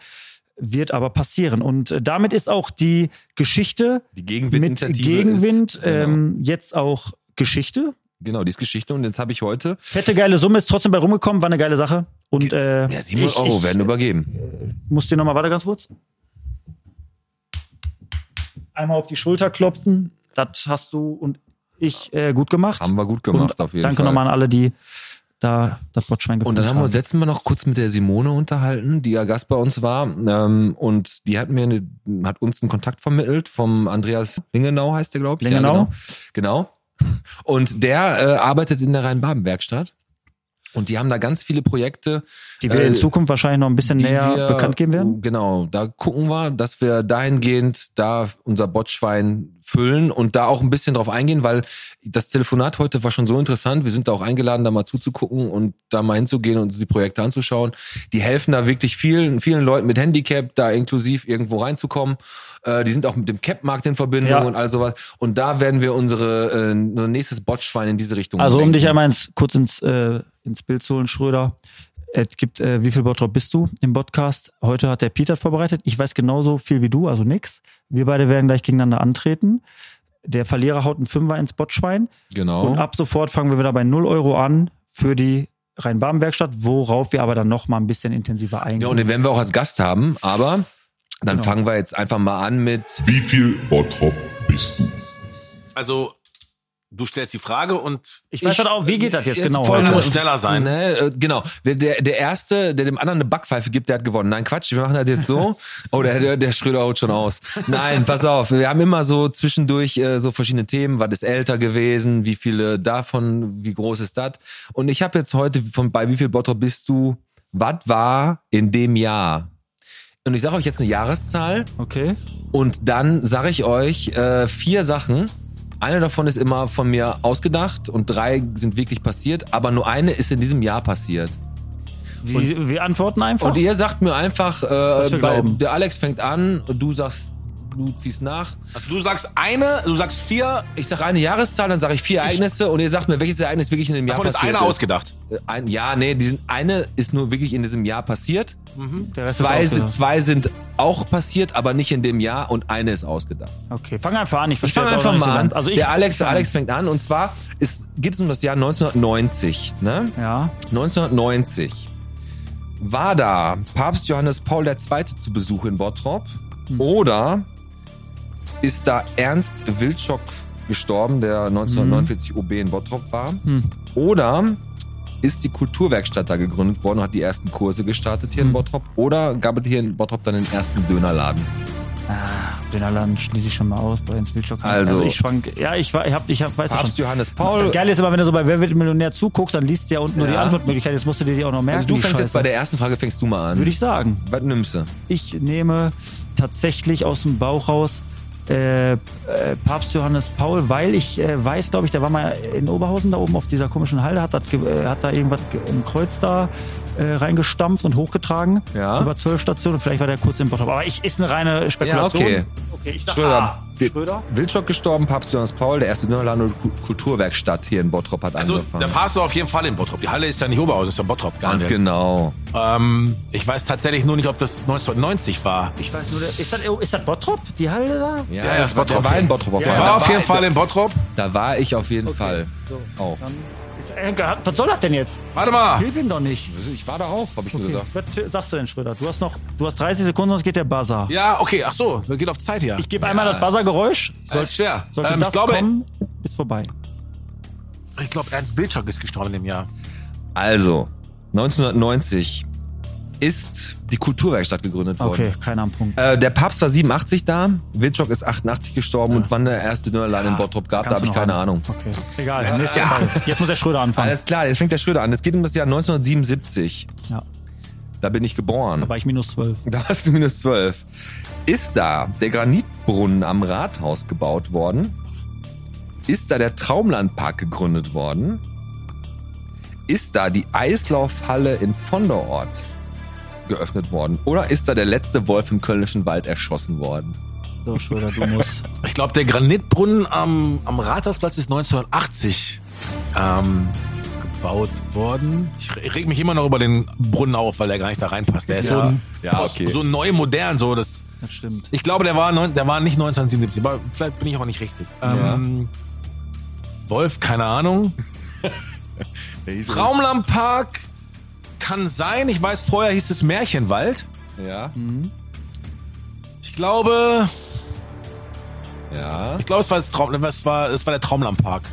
wird aber passieren. Und äh, damit ist auch die Geschichte Die mit Gegenwindinitiative Gegenwind ist, ähm, jetzt auch Geschichte. genau, genau, die ist Geschichte und jetzt habe ich heute Fette geile Summe ist trotzdem bei rumgekommen, war eine geile Sache. Und äh, ja, 700 ich, Euro ich werden übergeben. muss dir nochmal weiter ganz kurz. Einmal auf die Schulter klopfen. Das hast du und ich äh, gut gemacht. Haben wir gut gemacht und auf jeden danke Fall. nochmal an alle, die da das Botschwein gefunden Und dann haben wir uns haben. letzten Mal noch kurz mit der Simone unterhalten, die ja Gast bei uns war. Ähm, und die hat mir eine, hat uns einen Kontakt vermittelt vom Andreas Lingenau, heißt der, glaube ich. Lingenau? genau. genau. Und der äh, arbeitet in der Rhein-Baben-Werkstatt. Und die haben da ganz viele Projekte, die wir äh, in Zukunft wahrscheinlich noch ein bisschen die näher wir- bekannt geben werden. Genau, da gucken wir, dass wir dahingehend da unser Botschwein füllen und da auch ein bisschen drauf eingehen, weil das Telefonat heute war schon so interessant. Wir sind da auch eingeladen, da mal zuzugucken und da mal hinzugehen und die Projekte anzuschauen. Die helfen da wirklich vielen, vielen Leuten mit Handicap da inklusiv irgendwo reinzukommen. Äh, die sind auch mit dem Cap-Markt in Verbindung Ja. und all sowas. Und da werden wir unsere äh, unser nächstes Botschwein in diese Richtung Also um lenken. dich einmal ins, kurz ins, äh, ins Bild zu holen, Schröder. Es gibt, äh, wie viel Bottrop bist du im Podcast? Heute hat der Peter vorbereitet. Ich weiß genauso viel wie du, also nix. Wir beide werden gleich gegeneinander antreten. Der Verlierer haut einen Fünfer ins Botschwein. Genau. Und ab sofort fangen wir wieder bei 0 Euro an für die Rhein-Baden-Werkstatt, worauf wir aber dann noch mal ein bisschen intensiver Ja, eingehen. und den werden wir auch als Gast haben, aber Genau. dann fangen wir jetzt einfach mal an mit Wie viel Bottrop bist du? Also, du stellst die Frage und ich weiß halt auch, wie geht das jetzt, genau? voll- Einer heute? muss schneller sein. Ne, äh, genau. Der, der, der Erste, der dem anderen eine Backpfeife gibt, der hat gewonnen. Nein, Quatsch, wir machen das jetzt [LAUGHS] so. Oh, der, der, der Schröder haut schon aus. Nein, pass auf. Wir haben immer so zwischendurch äh, so verschiedene Themen. Was ist älter gewesen? Wie viele davon? Wie groß ist das? Und ich habe jetzt heute von bei wie viel Bottrop bist du? Was war in dem Jahr? Und ich sage euch jetzt eine Jahreszahl. Okay. Und dann sage ich euch äh, vier Sachen. Eine davon ist immer von mir ausgedacht und drei sind wirklich passiert, aber nur eine ist in diesem Jahr passiert. Wir, wir antworten einfach. Und ihr sagt mir einfach, äh, wir bei, glauben. der Alex fängt an, und du sagst, du ziehst nach. Also, du sagst eine, du sagst vier, Ich sage eine Jahreszahl, dann sage ich vier Ereignisse und ihr sagt mir, welches Ereignis wirklich in dem Jahr davon ist passiert eine ausgedacht. Äh, Ein, ja, nee, die sind, eine ist nur wirklich in diesem Jahr passiert. Mhm. der Rest Zwei, ist sind, ausgedacht. zwei sind auch passiert, aber nicht in dem Jahr und eine ist ausgedacht. Okay, fang einfach an. Ich, Ich verstehe fange das einfach auch noch nicht mal so an. ganz. Also ich, der Alex, der fang- Alex fängt an und zwar ist, geht es um das Jahr 1990. Ne? Ja. 1990 war da Papst Johannes Paul II. zu Besuch in Bottrop Hm. oder ist da Ernst Wilczok gestorben, der Hm. 1949 OB in Bottrop war? Oder ist die Kulturwerkstatt da gegründet worden und hat die ersten Kurse gestartet Hm. hier in Bottrop? Oder gab es hier in Bottrop dann den ersten Dönerladen? Dönerland schließe ich schon mal aus bei ins Wildschok. Also- ich schwank. Ja, ich, war- ich, hab, ich hab, weiß das Papst schon. Johannes Paul. Geil ist immer, wenn du so bei Wer wird Millionär zuguckst, dann liest du ja unten nur die Ja. Antwortmöglichkeit. Jetzt musst du dir die auch noch merken. Also du die fängst jetzt Scheiße. bei der ersten Frage, fängst du mal an. Würde ich sagen. Was nimmst du? Ich nehme tatsächlich aus dem Bauch raus äh, äh, Papst Johannes Paul, weil ich äh, weiß, glaube ich, der war mal in Oberhausen da oben auf dieser komischen Halde, hat, dat ge- äh, hat da irgendwas ge- ein Kreuz da äh, reingestampft und hochgetragen. Ja. Über zwölf Stationen. Vielleicht war der kurz im Bottrop. Aber ich ist eine reine Spekulation. Ja, okay. okay ich sag, Schröder. Ah, Die- Schröder. Wilczok gestorben, Papst Johannes Paul, der erste Dönerladen und Ku- Kulturwerkstatt hier in Bottrop hat Also, angefangen. der Pass war auf jeden Fall in Bottrop. Die Halle ist ja nicht Oberhausen, ist ja Bottrop. Ganz Daniel. genau. Ähm, ich weiß tatsächlich nur nicht, ob das 1990 war. Ich weiß nur, der- ist das, ist das Bottrop? Die Halle da? Ja, ja, das war, der Bottrop. war in Bottrop. auf Ja, jeden Er Fall. ja, war Da auf jeden Fall in Bottrop. Da war ich auf jeden Fall. Auch. Äh, Was soll das denn jetzt? Warte mal. Ah. Hilf ihm doch nicht. Also Ich war da auch, habe ich nur gesagt. Was sagst du denn, Schröder? Du hast noch, du hast 30 Sekunden, sonst geht der Buzzer. Ja, okay, ach so, das geht auf Zeit hier. Ich gebe einmal das Buzzergeräusch. Soll, ist schwer. Sollte Ähm, das ich glaube, kommen, äh, ist vorbei. ich glaube, Ernst Wilczok ist gestorben im Jahr. Also, 1990 ist die Kulturwerkstatt gegründet worden. Okay, keiner am Punkt. Äh, der Papst war 87 da, Wilczok ist 88 gestorben und wann der erste Dönerladen in Bottrop gab, da Kannst habe du ich noch keine an. Ahnung. Okay, egal. dann ist ja. Jetzt muss der Schröder anfangen. Alles klar, jetzt fängt der Schröder an. Es geht um das Jahr 1977. Ja. Da bin ich geboren. [LAUGHS] Da war ich minus 12. Da hast du minus 12. Ist da der Granitbrunnen am Rathaus gebaut worden? Ist da der Traumlandpark gegründet worden? Ist da die Eislaufhalle in Vonderort geöffnet worden? Oder ist da der letzte Wolf im Kölnischen Wald erschossen worden? So, Schröder, du musst. Ich glaube, der Granitbrunnen am, am Rathausplatz ist 1980 ähm, gebaut worden. Ich re- reg mich immer noch über den Brunnen auf, weil der gar nicht da reinpasst. Der ist Ja. so, ein, Ja, okay. so neu modern, so das. Das stimmt. Ich glaube, der war, neun, der war nicht 1977, aber vielleicht bin ich auch nicht richtig. Ähm, Wolf, [LAUGHS] keine Ahnung. Traumlandpark kann sein. Ich weiß, vorher hieß es Hm. Märchenwald. Ja. Ich glaube, Ja. Ich glaube, es war, das Traum, es war, es war der Traumlandpark.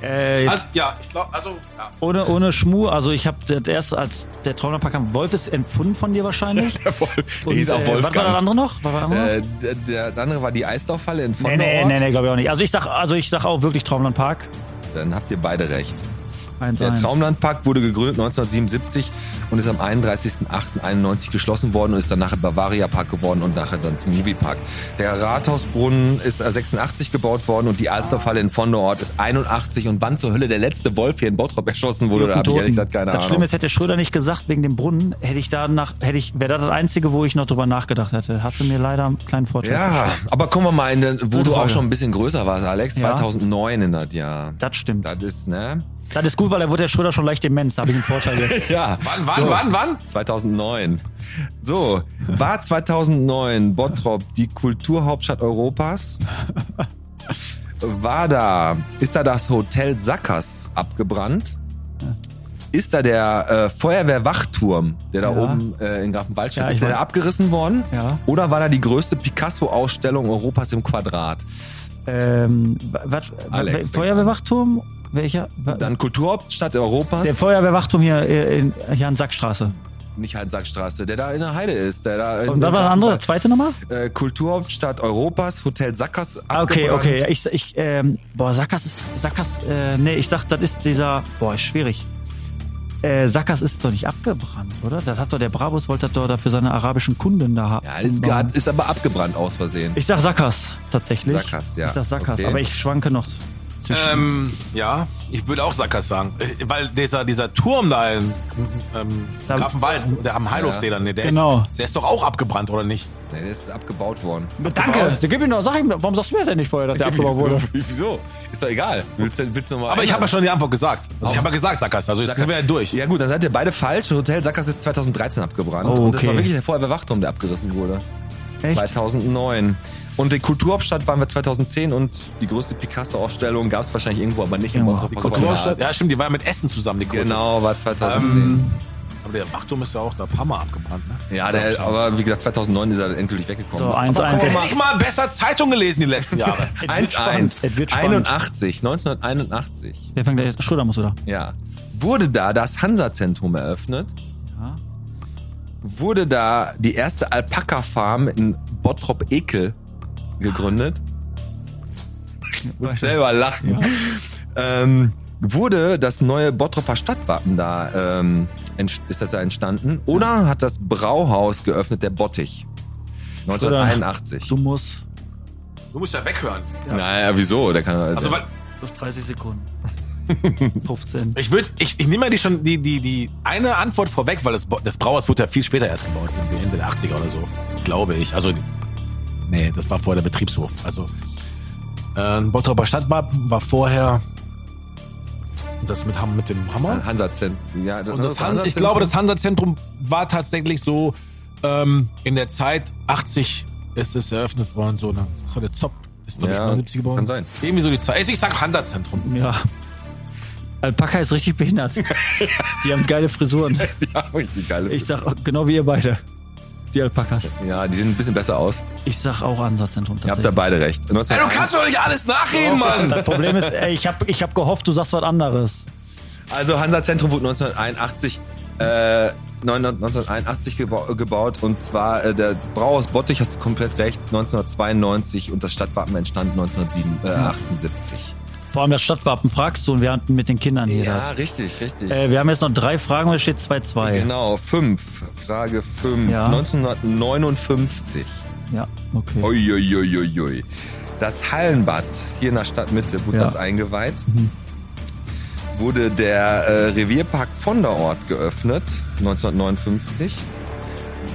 Okay. Äh, jetzt Also, ja, ich glaube, also, ja. ohne, ohne Schmu, also ich habe das erste, als der Traumlandpark kam, Wolf ist empfunden von dir [LAUGHS] wahrscheinlich. Der, Wolf, der Und, hieß auch äh, Was war das Wolfgang. andere noch? Was war das andere noch? Äh, der, der andere war die Eisdorfhalle in Nee, Vonderort. nee, nee, nee, glaube ich auch nicht. Also ich sag, also ich sag auch wirklich Traumland Park. Dann habt ihr beide recht. Eins, Der eins. Traumlandpark wurde gegründet 1977 und ist am 31.08.91 geschlossen worden und ist dann nachher Bavaria Park geworden und nachher dann zum Moviepark. Der Rathausbrunnen ist äh, 86 gebaut worden und die Alsterfalle in Vonderort ist 81 und wann zur Hölle der letzte Wolf hier in Bottrop erschossen wurde, da habe ich ehrlich gesagt keine das Ahnung. Schlimme ist, hätte Schröder nicht gesagt, wegen dem Brunnen, hätte ich danach, hätte ich, wäre das das Einzige, wo ich noch drüber nachgedacht hätte. Hast du mir leider einen kleinen Vorteil. ja, aber guck mal mal, in den, wo Gute du auch Frage. schon ein bisschen größer warst, Alex, Ja. 2009 in das Jahr. Das stimmt. Das, Das ist, ne? ist gut, weil er wurde der Schröder schon leicht immens. Da habe ich einen Vorteil [LAUGHS] jetzt. Ja. Wann, wann, wann, wann? 2009. So, war 2009 Bottrop die Kulturhauptstadt Europas? War da, ist da das Hotel Sackers abgebrannt? Ist da der äh, Feuerwehrwachturm, der da Ja. oben äh, in Grafenwald steht, Ja, ist ich der da weiß. abgerissen worden? Ja. Oder war da die größte Picasso-Ausstellung Europas im Quadrat? ähm, was, Alex, Alex, Feuerwehrwachturm? Welcher? Wa- Dann Kulturhauptstadt Europas? der Feuerwehrwachturm hier, äh, in, hier an Sackstraße. nicht Heinz-Sack-Straße, der da in der Heide ist. Der da in Und was war das andere? Das zweite nochmal? Äh, Kulturhauptstadt Europas, Hotel Sackers Ah, Okay, abgebrannt. okay. Ich, ich, ähm, boah, Sackers ist, Sackers, äh, nee, ich sag, das ist dieser, boah, ist schwierig. Äh, Sackers ist doch nicht abgebrannt, oder? Das hat doch der Brabus, wollte das doch da für seine arabischen Kunden da haben. Ja, ist, grad, ist aber abgebrannt aus Versehen. Ich sag Sackers, tatsächlich. Sackers, ja. Ich sag Sackers, Okay. aber ich schwanke noch. Ähm, ja, ich würde auch Sackers sagen. Äh, Weil dieser, dieser Turm da in ähm, Da- Grafenwald, der am Heilhofsee dann, der, Genau. ist, der ist doch auch abgebrannt, oder nicht? Nee, der ist abgebaut worden. Danke, gib ihm doch, sag ihm, warum sagst du mir denn nicht vorher, [LAUGHS] dass der abgebaut wurde? Wieso? Ist doch egal. Willst du, willst du noch mal Aber ich habe ja ändern? schon die Antwort gesagt. Also ich habe ja gesagt Sackers, also jetzt sind wir ja durch. Ja gut, dann seid ihr beide falsch. Hotel Sackers ist 2013 abgebrannt. Oh, Und das okay. war wirklich der Feuerwehrwachturm, der abgerissen wurde. Echt? 2009. Und die Kulturhauptstadt waren wir 2010 und die größte Picasso-Ausstellung gab es wahrscheinlich irgendwo, aber nicht in Ja, Bottrop. Die Pass auf, Kulturstadt, ja. ja stimmt, die war ja mit Essen zusammen, die Kultur. Genau, war 2010. Aber der Wachturm ist ja auch da ein paar Mal abgebrannt, ne? ja, der, aber wie gesagt, 2009 ist er dann endgültig weggekommen. So, eins, eins. Hätte ich mal besser Zeitung gelesen die [LAUGHS] letzten Jahre. 1-1. Es wird spannend. 81, 1981. Der fängt jetzt, Schröder muss wieder. Ja. Wurde da das Hansa-Zentrum eröffnet? Ja. Wurde da die erste Alpaka-Farm in Bottrop-Ekel gegründet? Ich muss selber lachen. Ähm, wurde das neue Bottroper Stadtwappen da, ähm, ent- ist das da entstanden? Oder hat das Brauhaus geöffnet, der Bottich? 1981. Du musst, Du musst ja weghören. Naja, wieso? Der kann, Also, weil, du hast [LAUGHS] 30 Sekunden. 15. ich würde, ich, ich nehme ja die schon, die, die, die eine Antwort vorweg, weil das, Bo- das Brauhaus wurde ja viel später erst gebaut, irgendwie Ende der 80er oder so. Glaube ich. Also, die- nee, das war vorher der Betriebshof. Also, äh, Bottroper Stadt war, war vorher das mit, Ham- mit dem Hammer. Hansa-Zentrum. Ja, Und das Han ich glaube, das Hansa-Zentrum war tatsächlich so ähm, in der Zeit 80 ist es eröffnet worden. So, ne? das war der Zopf. Ist glaube ich Ja, 79 geworden. kann sein. Irgendwie so die Zeit. Also Ich sag Hansa-Zentrum. Ja. Alpaka ist richtig behindert. [LAUGHS] Die haben geile Frisuren. Ja, richtig geil. Ich sag genau wie ihr beide. Die Alpakas. ja, die sehen ein bisschen besser aus. Ich sag auch Ansatzzentrum Ihr habt da tatsächlich. beide recht. Ey, du kannst doch nicht alles nachreden, Mann! Das Problem ist, ey, ich hab, ich hab gehofft, du sagst was anderes. Also Hansa Zentrum wurde 1981, äh, 1981 gebau- gebaut und zwar äh, das Brauhaus Bottich, hast du komplett recht, 1992 und das Stadtwappen entstand 1978. Vor allem das Stadtwappen fragst du und wir hatten mit den Kindern hier. das. richtig, richtig. Äh, wir haben jetzt noch drei Fragen und es steht 2-2. Genau, fünf. Frage fünf. Ja. 1959. Ja, okay. Uiuiuiui. Das Hallenbad hier in der Stadtmitte wurde Ja. Mhm. das eingeweiht. Wurde der äh, Revierpark Vonderort geöffnet, 1959.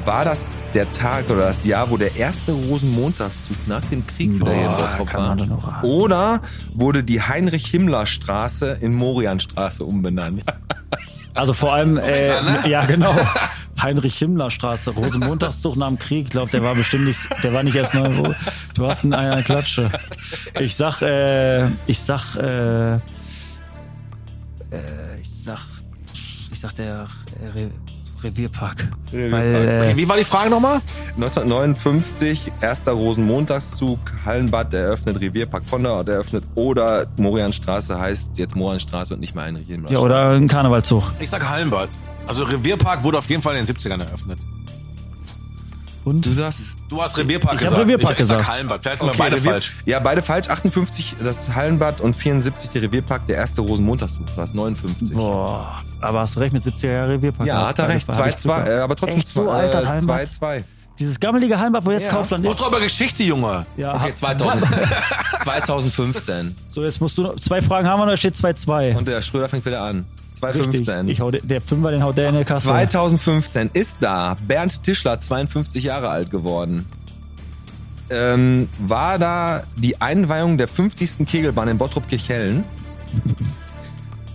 War das der Tag oder das Jahr, wo der erste Rosenmontagszug nach dem Krieg wieder hier in Oh, Boah, Bottrop kann man doch noch war? raten. Oder wurde die Heinrich-Himmler-Straße in Morianstraße umbenannt? Also vor allem, Sechser, ne? äh, [LAUGHS] ja genau. Heinrich Himmler Straße, Rosenmontagszug nach dem Krieg, glaub, der war bestimmt nicht, der war nicht erst neu. wo- Du hast einen einer Klatsche. Ich sag, äh, ich sag, äh, äh, ich sag, ich sag der äh, Re- Revierpark. Weil, äh, Wie war die Frage nochmal? 1959, erster Rosenmontagszug, Hallenbad eröffnet, Revierpark von der Ort eröffnet oder Morianstraße heißt jetzt Morianstraße und nicht mehr heinrich ja, oder ein Karnevalzug. Ich sag Hallenbad. Also Revierpark wurde auf jeden Fall in den 70ern eröffnet. Und? Du sagst, Du hast Revierpark Ich hab gesagt. Revierpark ich, ich sag gesagt. Hallenbad. Vielleicht sind wir beide Revier- falsch. Ja, beide falsch. 58 das Hallenbad und 74 der Revierpark, der erste Rosenmontagszug. Du hast 59. Boah, aber hast du recht mit 70er Jahre Revierpark. Ja, hat er recht. Hab ich 2-2, Glück äh, aber trotzdem Echt so alt, das Hallenbad? 2-2. gehabt. Dieses gammelige Hallenbad, wo jetzt Kaufland Mach doch ist. über Geschichte, Junge. Ja, Okay, [LAUGHS] 2000, 2015. so jetzt musst du noch, zwei Fragen haben wir, da steht 2-2. Und der Schröder fängt wieder an. Richtig. 2015. Ich hau, de- der Fünfer, den haut der in der Kasse. 2015 ist da Bernd Tischler 52 Jahre alt geworden. Ähm, war da die Einweihung der 50. Kegelbahn in Bottrop-Kirchhellen?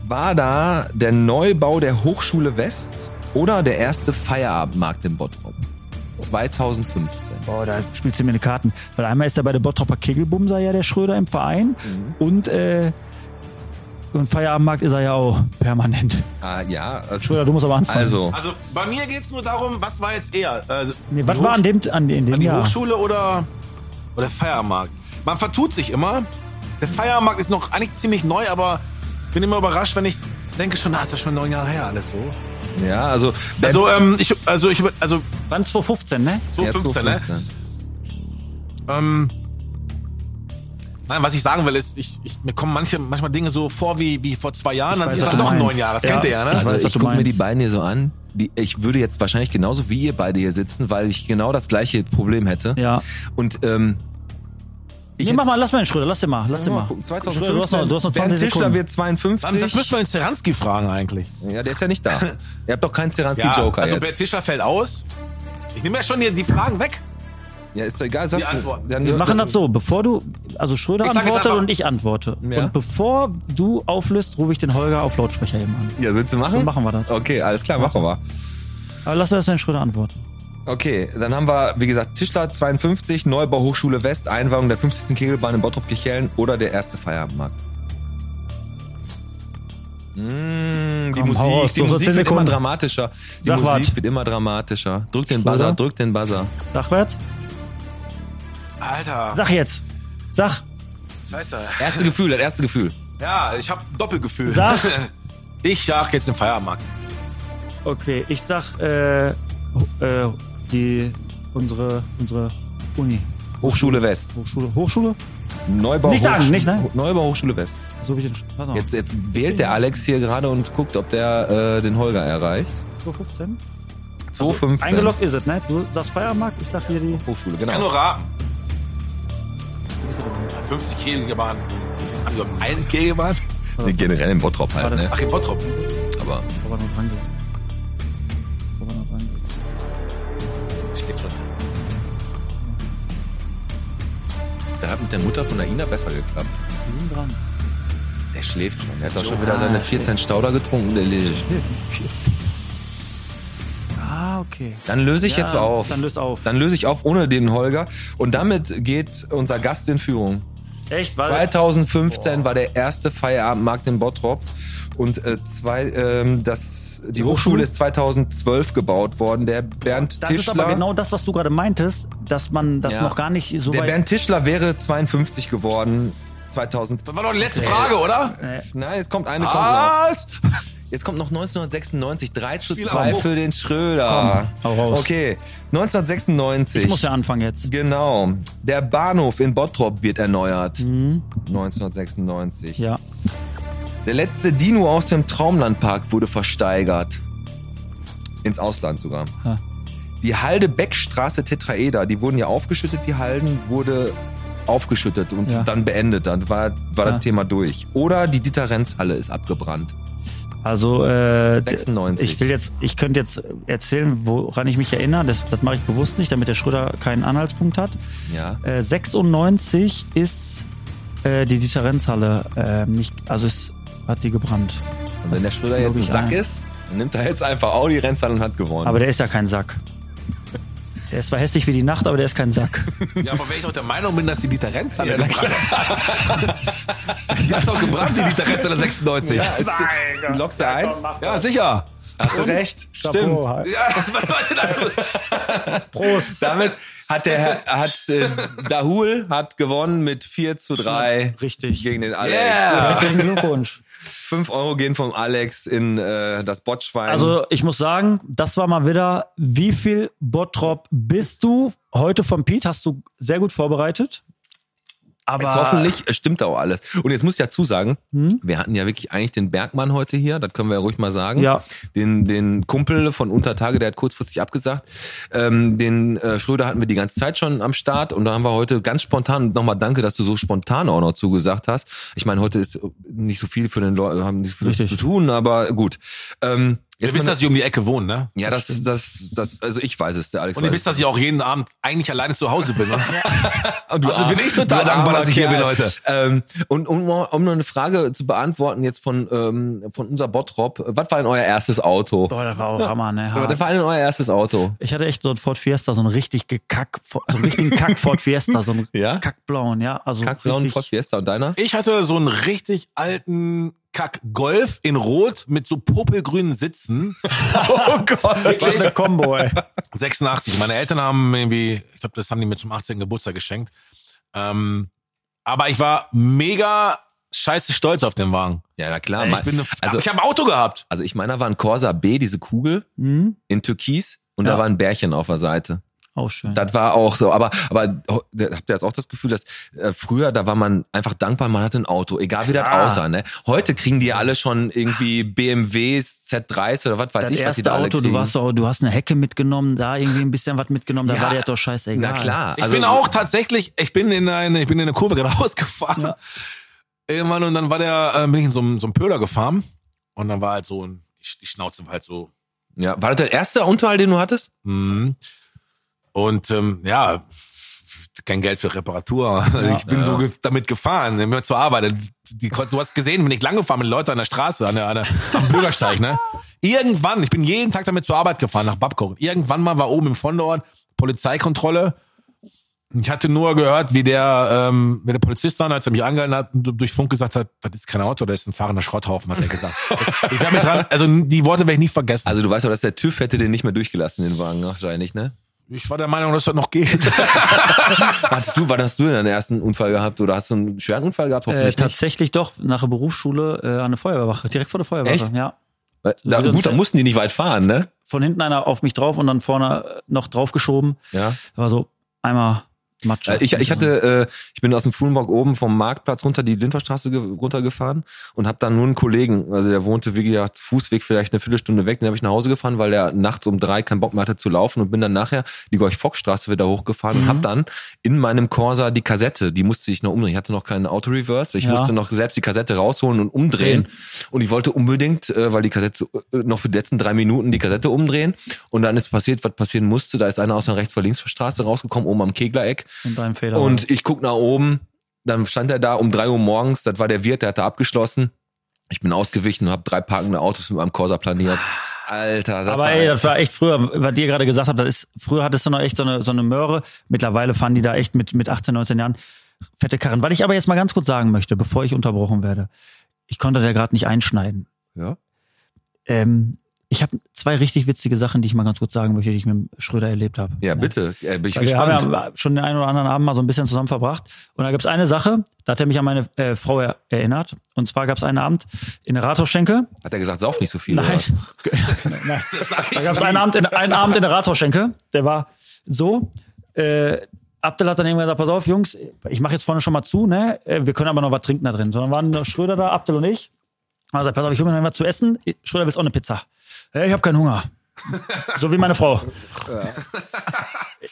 War da der Neubau der Hochschule West oder der erste Feierabendmarkt in Bottrop? 2015. Boah, Oh, da spielst du mir eine Karten. Weil einmal ist er bei der Bottroper Kegelbumser ja der Schröder im Verein Mhm. und äh, und Feierabendmarkt ist er ja auch permanent. Ah ja, also, Schröder, du musst aber anfangen. also Also bei mir geht's nur darum, was war jetzt eher? Also, nee, was die war an Hochsch- dem, an, in an dem die Jahr? Hochschule oder, oder Feiermarkt? Man vertut sich immer. Der Feiermarkt ist noch eigentlich ziemlich neu, aber ich bin immer überrascht, wenn ich denke schon, na, ist das schon neun Jahre her alles so. Äh, ja, also Bernd- Also, ähm, ich, also, ich, also Wann 2015, ne? ja, 2015, ne? 2015. Ähm, nein, was ich sagen will, ist, ich, ich, mir kommen manche, manchmal Dinge so vor wie, wie vor zwei Jahren, dann weiß, ist es was dann du doch meinst. neun Jahre. Das Ja. kennt ihr ja, ne? Ich weiß, Also was ich du gucke mir meinst. die beiden hier so an. Die, ich würde jetzt wahrscheinlich genauso wie ihr beide hier sitzen, weil ich genau das gleiche Problem hätte. Ja. Und ähm, ich Nee, mach mal, lass mal den Schröder, lass den mal, lass den mal. gucken, Schröder, du hast noch, du hast 2015, noch 20 Bernd Tischler Sekunden. wird Mann, das 52. müssen wir den Zeranski fragen eigentlich. Ja, der ist ja nicht [LAUGHS] da. Ihr habt doch keinen Zeranski-Joker also Bert jetzt. Tischler fällt aus. Ich nehme ja schon die, die Fragen weg. Ja, ist doch egal. Sagt, Die Antworten. dann, Wir machen das so, bevor du, also Schröder Ich sag jetzt antwortet einfach- und ich antworte. Ja. Und bevor du auflöst, rufe ich den Holger auf Lautsprecher eben an. Ja, willst du machen? So machen wir das. Okay, alles klar, machen wir. Aber lass erst den Schröder antworten. Okay, dann haben wir, wie gesagt, Tischler 52, Neubau Hochschule West, Einweihung der 50. Kegelbahn in Bottrop-Kirchhellen oder der erste Feierabendmarkt. Mm, die Komm, Musik, hau raus, die du hast Musik zehn wird immer Sekunden. dramatischer. Die Sag Musik was. wird immer dramatischer. Drück den Schröder? Buzzer, drück den Buzzer. Sachwärts? Alter, Sag jetzt. Sag. scheiße. Erste Gefühl, das erste Gefühl. Ja, ich habe Doppelgefühl. Sag. [LAUGHS] Ich sag jetzt den Feiermarkt. Okay, ich sag, äh, äh, die, unsere, unsere Uni. Hochschule West. Hochschule. Hochschule? Neubau, Nicht sagen, Hochsch- nicht, Oh. ne? Neubau Hochschule West. So wie ich den, warte mal. Jetzt, jetzt wählt der Alex hier gerade und guckt, ob der äh, den Holger erreicht. 215? 2,15. Also, Eingeloggt ist es, ne? Du sagst Feiermarkt, ich sag hier die. Hochschule, Ich kann nur genau. raten. 50 Kegel gebannt. Haben die überhaupt einen Kegel gebannt? Nee, Generell im Bottrop halt, Warte. ne? Ach, in Bottrop. Aber Ob er noch dran geht. Ob er noch dran geht. Steht schon. da hat mit der Mutter von der Ina besser geklappt. Bin dran. Der schläft schon. Der hat doch schon wieder ah, seine 14 Stauder getrunken. Der schläft. 14. Ah, okay. Dann löse ich Ja, jetzt auf. dann löst auf. Dann löse ich auf ohne den Holger. Und damit geht unser Gast in Führung. Echt? 2015 war der erste Feierabendmarkt in Bottrop. Und äh, zwei, ähm, das, die Hochschule ist 2012 gebaut worden. Der Bernd das ist Tischler. aber genau das, was du gerade meintest, dass man das Ja. noch gar nicht so der weit... Bernd Tischler wäre 52 geworden. 2000. Das war doch die letzte Äh, Frage, oder? Nein, jetzt kommt eine. Kommt noch. Was? [LAUGHS] Jetzt kommt noch 1996, 3 zu Spiel 2 auf. für den Schröder. Komm, hau raus. Okay, 1996. ich muss ja anfangen jetzt. genau. Der Bahnhof in Bottrop wird erneuert. 1996. Mhm. Ja. Der letzte Dino aus dem Traumlandpark wurde versteigert. Ins Ausland sogar. Ha. Die Halde Beckstraße Tetraeder, die wurden ja aufgeschüttet, die Halden wurde aufgeschüttet und Ja. dann beendet. Dann war, war Ja. das Thema durch. Oder die Dieter-Renz-Halle ist abgebrannt. Also äh, 96. ich will jetzt, ich könnte jetzt erzählen, woran ich mich erinnere. Das, das mache ich bewusst nicht, damit der Schröder keinen Anhaltspunkt hat. Ja. Äh, 96 ist äh, die Dieterenzhalle äh, nicht, also es hat die gebrannt. Und Also wenn der Schröder jetzt Glaub ein ich Sack ein. ist, dann nimmt er jetzt einfach Audi Rennstall und hat gewonnen. Aber der ist ja kein Sack. Der ist zwar hässlich wie die Nacht, aber der ist kein Sack. Ja, aber wenn ich auch der Meinung bin, dass die Dieter Renz alle gebrannt hat. Die hat doch gebrannt, die Dieter Retzel der 96. Ja, ist, lockst du ein? Ja, sicher. Hast du recht. Stimmt. Chapeau, halt. Ja, was sollte das? Prost. Damit hat der Herr- hat äh, Dahul hat gewonnen mit 4 zu 3 Richtig. gegen den Alex. Yeah. Herzlichen Glückwunsch. 5 Euro gehen vom Alex in äh, das Botschwein. Also ich muss sagen, das war mal wieder, wie viel Bottrop bist du? Heute von Pete hast du sehr gut vorbereitet. Aber Jetzt hoffentlich stimmt auch alles. Und jetzt muss ich dazu sagen, wir hatten ja wirklich eigentlich den Bergmann heute hier, das können wir ja ruhig mal sagen. Ja. Den, den Kumpel von Untertage, der hat kurzfristig abgesagt. Ähm, den äh, Schröder hatten wir die ganze Zeit schon am Start und da haben wir heute ganz spontan, und nochmal danke, dass du so spontan auch noch zugesagt hast. Ich meine, heute ist nicht so viel für den Leuten, haben nicht viel zu tun, aber gut. Ähm, Ihr wisst, dass ich um die Ecke wohne, ne? ja, das, das, das, also ich weiß es, der Alex. Und ihr weiß wisst, dass ich auch jeden Abend eigentlich alleine zu Hause bin. Ne? Und Ah, du, Also bin ich total du dankbar, armer dass ich hier Kerl. bin heute. Ähm, und um, um noch eine Frage zu beantworten jetzt von, ähm, von unser Bottrop. Was war denn euer erstes Auto? Boah, das war auch Hammer, ne? Was Hart. war denn euer erstes Auto? Ich hatte echt so ein Ford Fiesta, so einen richtig gekack, so einen richtigen Kack Ford Fiesta, so einen [LAUGHS] Ja? Kackblauen, ja. Also Kackblauen richtig- Ford Fiesta und deiner? Ich hatte so einen richtig alten Kack-Golf in Rot mit so popelgrünen Sitzen. Oh Gott. [LAUGHS] Was eine [LAUGHS] Kombo, ey. 86. Meine Eltern haben irgendwie, ich glaube, das haben die mir zum 18. Geburtstag geschenkt. Ähm, aber ich war mega scheiße stolz auf den Wagen. Ja, na klar. Ich mein- bin eine, also, ich habe ein Auto gehabt. also ich meiner war ein Corsa B, diese Kugel Hm? in Türkis und da Ja. war ein Bärchen auf der Seite. Auch schön. Das war auch so, aber aber ho- habt ihr jetzt auch das Gefühl, dass äh, früher da war man einfach dankbar, man hatte ein Auto, egal wie das Klar. aussah, ne? Heute kriegen die ja alle schon irgendwie BMWs, Z3s oder was weiß das ich, was die erste da alle Auto, kriegen. du warst doch, du hast eine Hecke mitgenommen, da irgendwie ein bisschen was mitgenommen, da Ja. war der doch scheißegal. Äh, Na klar, also Ich bin auch tatsächlich, ich bin in eine, ich bin in eine Kurve [LAUGHS] gerade rausgefahren. Irgendwann und dann war der, äh, bin ich in so einem, so einem Pöhler gefahren und dann war halt so, ein- die Schnauze war halt so Ja, war das der erste Unterhalt, den du hattest? Mhm. Und ähm, ja, kein Geld für Reparatur. [LAUGHS] ich bin so ge damit gefahren, bin zur Arbeit. Die, kon- du hast gesehen, bin ich lang gefahren mit Leuten an der Straße, an der, an der am Bürgersteig, ne? Irgendwann, ich bin jeden Tag damit zur Arbeit gefahren, nach Babcock. Und Irgendwann mal war oben im Fondort Polizeikontrolle. Ich hatte nur gehört, wie der, ähm, wie der Polizist dann, als er mich angehalten hat, und durch Funk gesagt hat, das ist kein Auto, das ist ein fahrender Schrotthaufen, hat er gesagt. ich werd mir dran, also die Worte werde ich nie vergessen. Also du weißt doch, dass der TÜV hätte den nicht mehr durchgelassen, den Wagen wahrscheinlich, ne? ich war der Meinung, dass das noch geht. Hattest du, wann hast du denn deinen ersten Unfall gehabt oder hast du einen schweren Unfall gehabt? Äh, Hoffentlich nicht. tatsächlich doch, nach der Berufsschule äh, an der Feuerwehrwache, direkt vor der Feuerwehrwache, Echt? ja. Weil- Da, wieder gut, da ein- mussten die nicht weit fahren, ne? Von hinten einer auf mich drauf und dann vorne äh, noch draufgeschoben. Ja. War so einmal Matsch. Äh, Ich, ich hatte, äh, ich bin aus dem Fuhlenbock oben vom Marktplatz runter die Linterstraße ge- runtergefahren und habe dann nur einen Kollegen, also der wohnte wie gesagt Fußweg vielleicht eine Viertelstunde weg, den habe ich nach Hause gefahren, weil der nachts um drei keinen Bock mehr hatte zu laufen und bin dann nachher die Gorch-Fock-Straße wieder hochgefahren und habe dann in meinem Corsa die Kassette, die musste ich noch umdrehen. Ich hatte noch keinen Auto-Reverse, ich Ja. musste noch selbst die Kassette rausholen und umdrehen und ich wollte unbedingt, äh, weil die Kassette äh, noch für die letzten drei Minuten die Kassette umdrehen und dann ist passiert, was passieren musste, da ist einer aus einer rechts vor links Straße rausgekommen, oben am Keglereck in deinem Feder. und ich guck nach oben, dann stand er da um 3 Uhr morgens, das war der Wirt, der hatte abgeschlossen. Ich bin ausgewichen und habe drei parkende Autos mit meinem Corsa planiert. Alter, das aber war ey, das war echt früher, was ihr gerade gesagt habt, das ist, früher hattest du noch echt so eine, so eine Möhre. Mittlerweile fahren die da echt mit, mit 18, 19 Jahren fette Karren. Was ich aber jetzt mal ganz kurz sagen möchte, bevor ich unterbrochen werde. Ich konnte da gerade nicht einschneiden. Ja. Ähm, ich habe zwei richtig witzige Sachen, die ich mal ganz kurz sagen möchte, die ich mit dem Schröder erlebt habe. ja, bitte, äh, bin ich wir gespannt. haben ja schon den einen oder anderen Abend mal so ein bisschen zusammen verbracht. Und da gibt's eine Sache, da hat er mich an meine äh, Frau er erinnert. Und zwar gab's einen Abend in der Rathauschenke. Hat er gesagt, sauf nicht so viel. Nein. genau. oder? [LAUGHS] Nein. Da gab's einen Abend, in, einen Abend in der Rathauschenke. Der war so. Äh, Abdel hat dann irgendwann gesagt, pass auf, Jungs, ich mache jetzt vorne schon mal zu, ne? Äh, Wir können aber noch was trinken da drin. Sondern waren nur Schröder da, Abdel und ich. Haben gesagt, pass auf, ich hole mir noch was zu essen. Schröder will's auch eine Pizza. Äh, ich habe keinen Hunger. So wie meine Frau.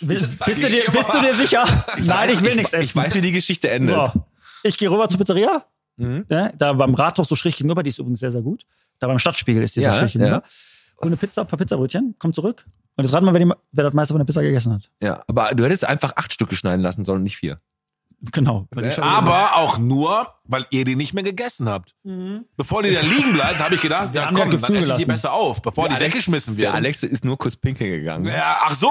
Bist, bist, du dir, bist du dir sicher? Nein, ich will nichts essen. Ich weiß, wie die Geschichte endet. So, ich gehe rüber zur Pizzeria. Ne? Da beim Rathaus so schräg gegenüber, die ist übrigens sehr, sehr gut. Da beim Stadtspiegel ist die Ja, so schräg gegenüber. Hol eine Pizza, ein paar Pizzabrötchen, komm zurück. Und jetzt raten wir, wer, die, wer das meiste von der Pizza gegessen hat. Ja, aber du hättest einfach acht Stücke schneiden lassen sollen, nicht vier. Ah, Genau. Weil ich Aber auch nur, weil ihr die nicht mehr gegessen habt. Mhm. Bevor die da liegen bleibt, habe ich gedacht, ja, haben ja komm, dann Gefühl esse ich die gelassen. besser auf, bevor die weggeschmissen Der wird. Alex ist nur kurz pinkeln gegangen. Ja, ach so,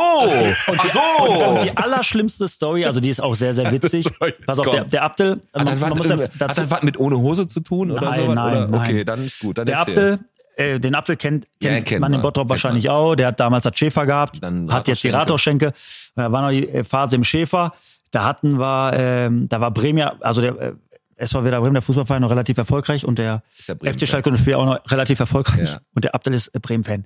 ach so. die allerschlimmste Story, also die ist auch sehr, sehr witzig. So, jetzt Pass auf, der, kommt's. der Abdel, Hat man, das, man was, muss ja irgend- hat dazu- das was mit ohne Hose zu tun oder Nein, so? nein, oder? Okay, nein. dann ist gut. Dann der erzähl. Abdel, äh, den Abdel kennt, kennt, Ja, kennt man den man. Bottrop Kennt wahrscheinlich auch. Der hat damals das Schäfer gehabt, Dann hat jetzt die Rathausschenke. Rathausschenke. Da war noch die äh, Phase im Schäfer. Da hatten wir, ähm, da war Bremen, ja- also der äh, SV Werder Bremen, der Fußballverein, noch relativ erfolgreich und der Ist ja Bremen-Fan. FC Schalke 04 auch noch relativ erfolgreich. Ja. Und der Abdel ist äh, Bremen-Fan.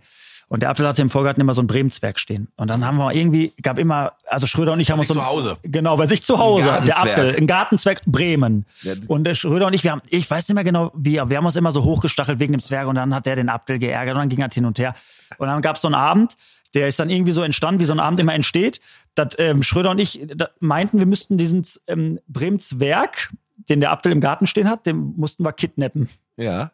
Und der Abdel hatte im Vorgarten immer so einen Bremenzwerg stehen. Und dann haben wir irgendwie, gab immer, also Schröder und ich haben uns sich so zu Hause. Genau, bei sich zu Hause. Ein Der Gartenzwerg. Abdel, ein Gartenzwerg Bremen. Ja. Und der Schröder und ich, wir haben, ich weiß nicht mehr genau wie, aber wir haben uns immer so hochgestachelt wegen dem Zwerg und dann hat der den Abdel geärgert und dann ging das hin und her. Und dann gab es so einen Abend, der ist dann irgendwie so entstanden, wie so ein Abend immer entsteht, dass ähm, Schröder und ich da, meinten, wir müssten diesen Z- ähm, Bremen Zwerg, den der Abdel im Garten stehen hat, den mussten wir kidnappen. Ja.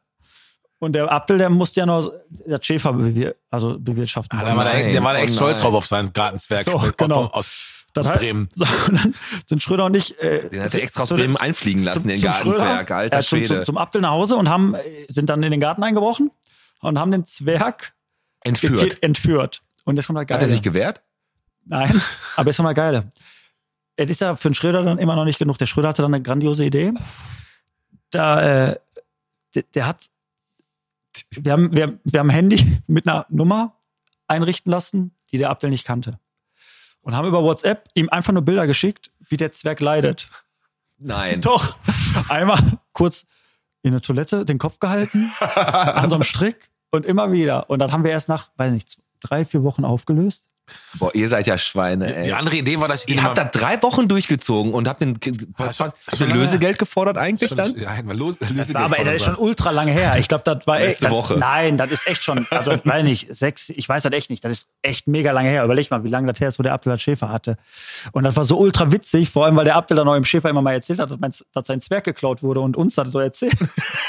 Und der Abdel, der musste ja noch das Schäfer bewir also bewirtschaften. Der war, da, nein, der war da oh echt stolz nein. drauf auf seinen Gartenzwerg Doch, mit genau. Otto aus, Das aus heißt- Bremen. [LAUGHS] So, und dann sind Schröder und ich. Äh, Den hat er extra aus zu- Bremen einfliegen lassen, den Gartenzwerg. Schröder, Alter äh, zum, Schwede. zum, zum Abdel nach Hause und haben, äh, sind dann in den Garten eingebrochen und haben den Zwerg Entführt. ge- entführt. Und jetzt kommt der Geile. Hat er sich gewehrt? Nein, aber jetzt kommt der Geile. Es ist ja für den Schröder dann immer noch nicht genug. Der Schröder hatte dann eine grandiose Idee. Da, äh, der, der hat, wir haben, wir, haben- wir haben ein Handy [LAUGHS] mit einer Nummer einrichten lassen, die der Abdel nicht kannte. Und haben über WhatsApp ihm einfach nur Bilder geschickt, wie der Zwerg leidet. Nein. Doch. Einmal kurz in der Toilette den Kopf gehalten, an so einem Strick und immer wieder. Und dann haben wir erst nach, weiß nicht, drei, vier Wochen aufgelöst. Boah, ihr seid ja Schweine, ey. Die andere Idee war, dass ich den Äh, Ihr habt da immer- drei Wochen durchgezogen und habt den, habt schon- ihr schon lange- Lösegeld gefordert eigentlich [LAUGHS] dann? Ja, hätten wir los, das Aber ey, das ist schon ultra lange her. Ich glaube, das war Letzte echt. Woche. Das, nein, das ist echt schon, also weiß nicht, sechs, ich weiß das echt nicht. Das ist echt mega lange her. Überleg mal, wie lange das her ist, wo der Abdel das Schäfer hatte. Und das war so ultra witzig, vor allem, weil der Abdel dann auch im Schäfer immer mal erzählt hat, dass, mein, dass sein Zwerg geklaut wurde und uns das so erzählt. [LAUGHS]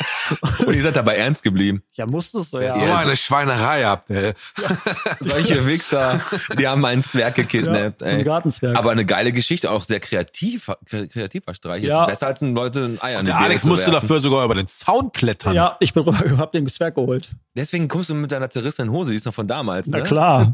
Und ihr seid dabei ernst geblieben. Ja, musstest du so ja. eine Schweinerei habt, äh. ey. Solche Wichser, die haben einen Zwerg gekidnappt, Ja, so ein ey. Gartenzwerg. Aber eine geile Geschichte, auch sehr kreativ, kre- kreativer Streich. Ja. Ist besser als ein Leute ein Eier in Der die Birne Alex zu musste werfen. dafür sogar über den Zaun klettern. Ja, ich bin rüber, [LAUGHS] hab den Zwerg geholt. Deswegen kommst du mit deiner zerrissenen Hose, die ist noch von damals, ne? Na [LAUGHS] klar.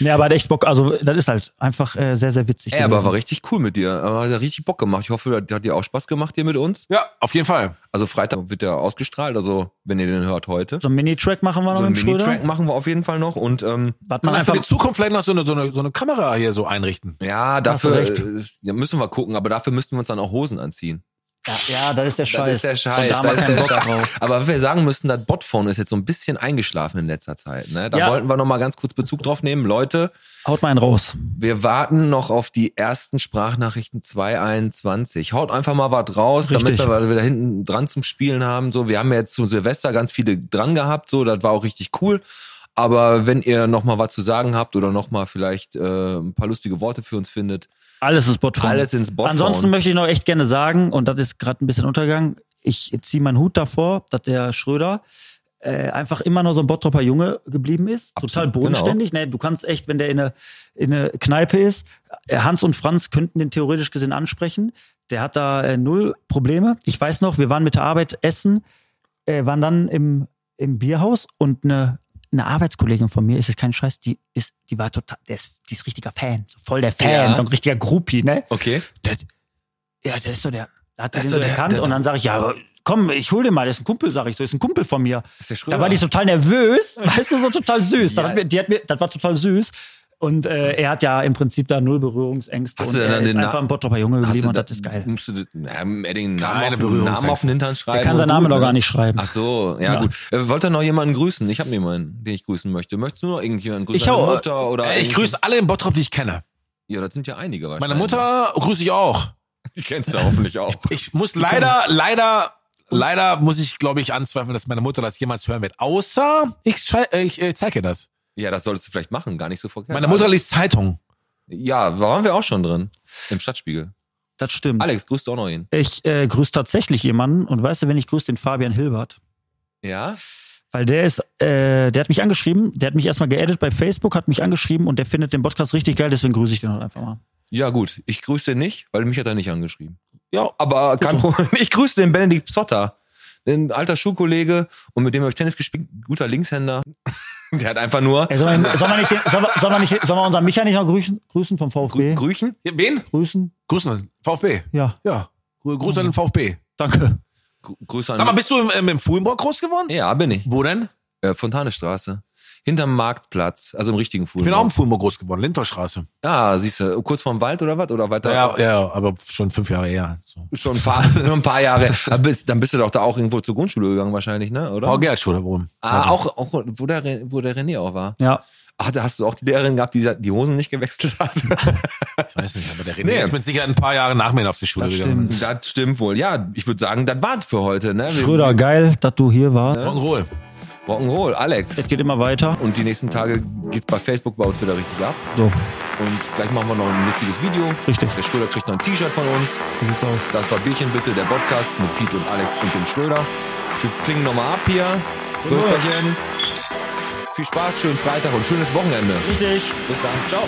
Nee, aber hat echt Bock. Also, das ist halt einfach äh, sehr, sehr witzig. Ey, aber gewesen. war richtig cool mit dir. Aber Hat ja richtig Bock gemacht. Ich hoffe, das hat dir auch Spaß gemacht, hier mit uns. Ja, auf jeden Fall. Also Freitag wird der ausgestrahlt, also wenn ihr den hört heute. so ein Mini-Track machen wir noch So einen mit dem Schröder. Mini-Track machen wir auf jeden Fall noch und ähm, Was man Kann man für einfach. die Zukunft vielleicht noch so eine, so eine, so eine Kamera hier so einrichten? ja, Hast du dafür recht. äh, ja, müssen wir gucken, aber dafür müssten wir uns dann auch Hosen anziehen. Ja, ja, das ist der Scheiß. Das ist der Scheiß. Und Da Da ist haben wir der keinen Bock Scheiß. drauf. Aber wenn wir sagen müssen, das Botphone ist jetzt so ein bisschen eingeschlafen in letzter Zeit. Ne? Da Ja. wollten wir nochmal ganz kurz Bezug drauf nehmen. Leute, Haut mal einen raus. wir warten noch auf die ersten Sprachnachrichten 221. Haut einfach mal was raus, damit Richtig. wir, weil wir da hinten dran zum Spielen haben. So, wir haben ja jetzt zu Silvester ganz viele dran gehabt. So, das war auch richtig cool. Aber wenn ihr noch mal was zu sagen habt oder noch mal vielleicht äh, ein paar lustige Worte für uns findet, Alles ins Botphone. alles ins Botphone. Ansonsten möchte ich noch echt gerne sagen, und das ist gerade ein bisschen Untergang, ich ziehe meinen Hut davor, dass der Schröder äh, einfach immer nur so ein Bottropper Junge geblieben ist. total bodenständig. genau. Ne, du kannst echt, wenn der in eine, in eine Kneipe ist, äh, Hans und Franz könnten den theoretisch gesehen ansprechen. Der hat da äh, null Probleme. Ich weiß noch, wir waren mit der Arbeit essen, äh, waren dann im, im Bierhaus und eine eine Arbeitskollegin von mir, ist es kein Scheiß, die ist, die war total, der ist, die ist richtiger Fan, so voll der Fan, Ja. so ein richtiger Groupie, ne? okay. der, ja, der ist doch der. Da hat Das er den ist so doch der- erkannt der- und dann sage ich, ja, aber komm, ich hol den mal, das ist ein Kumpel, sage ich so, das ist ein Kumpel von mir. Ist der Schröder. Da war die total nervös, [LAUGHS] weißt du, so total süß. Dann hat mir, die hat mir, das war total süß. Und äh, er hat ja im Prinzip da null Berührungsängste Hast und du denn er dann ist den Na- einfach ein Bottroper Junge Hast geblieben du und da- das ist geil. Musst du, na, er den Namen, Keine auf, den Berührungsängste. Namen auf den Hintern schreiben. Er kann und seinen Namen gut, noch ne? gar nicht schreiben. Ach so, ja, Ja. gut. Äh, wollte noch jemanden grüßen? Ich habe niemanden, den ich grüßen möchte. Möchtest du noch irgendjemanden grüßen? Ich hau, Deine äh, Mutter oder Äh, ich irgendwie- grüße alle in Bottrop, die ich kenne. Ja, das sind ja einige wahrscheinlich. Meine Mutter grüße ich auch. Die kennst du [LAUGHS] hoffentlich auch. Ich muss leider, leider, leider muss ich, glaube ich, anzweifeln, dass meine Mutter das jemals hören wird. Außer ich, schei- äh, ich, ich zeige ihr das. Ja, das solltest du vielleicht machen, gar nicht so verkehrt. Meine Mutter liest Zeitung. Ja, waren wir auch schon drin. Im Stadtspiegel. Hm. Das stimmt. Alex, grüßt auch noch ihn. Ich äh, grüße tatsächlich jemanden und weißt du, wenn ich grüße, den Fabian Hilbert. Ja? Weil der ist, äh, der hat mich angeschrieben, der hat mich erstmal geaddet bei Facebook, hat mich angeschrieben und der findet den Podcast richtig geil, deswegen grüße ich den halt einfach mal. Ja, gut. Ich grüße den nicht, weil mich hat er nicht angeschrieben. Ja. Aber kein Problem. Ich grüße den Benedikt Psotter. Ein alter Schulkollege und mit dem habe ich Tennis gespielt. Guter Linkshänder. [LAUGHS] Der hat einfach nur. Ey, sollen, wir, sollen, wir nicht den, sollen, wir, sollen, wir nicht, sollen wir unseren Micha nicht noch grüßen, grüßen vom VfB? Grüchen? Wen? grüßen? Grüßen an den VfB. Ja, Ja. Gru- Gruß an den VfB. danke. Gru- Grüße an. Sag mal, bist du im, im, im Fuhlenbrock groß geworden? ja, bin ich. Wo denn? Äh, Fontanestraße. Hinterm Marktplatz, also im richtigen Ich Fußball. bin auch im Fuhlenbrock groß geworden, Lintorstraße. Ah, siehst du, kurz vorm Wald oder was? Oder weiter? Ja, ja, aber schon fünf Jahre her. So. Schon ein paar, schon ein paar Jahre. Aber bist, dann bist du doch da auch irgendwo zur Grundschule gegangen wahrscheinlich, ne? Oder? Paul Gerhardt Schule, warum? Ah, auch, auch wo, der, Re- wo der René auch war. Ja, Ach, da hast du auch die Lehrerin gehabt, die sa- die Hosen nicht gewechselt [LAUGHS] hat. Ich weiß nicht, aber der René Nee. ist mit Sicherheit ein paar Jahre nach mir auf die Schule Das gegangen. das stimmt wohl. Ja, ich würde sagen, das war's für heute. Ne? Wir- Schröder, geil, dass du hier warst. Rock'n'Roll. Rock'n'Roll, Alex. Es geht immer weiter. Und die nächsten Tage geht's bei Facebook bei uns wieder richtig ab. So, Und gleich machen wir noch ein lustiges Video. Richtig. Der Schröder kriegt noch ein T-Shirt von uns. so sieht's aus. Das war Bierchen bitte, der Podcast mit Piet und Alex und dem Schröder. Wir klingen nochmal ab hier. Grüßterchen. Viel Spaß, schönen Freitag und schönes Wochenende. Richtig. Bis dann. Ciao.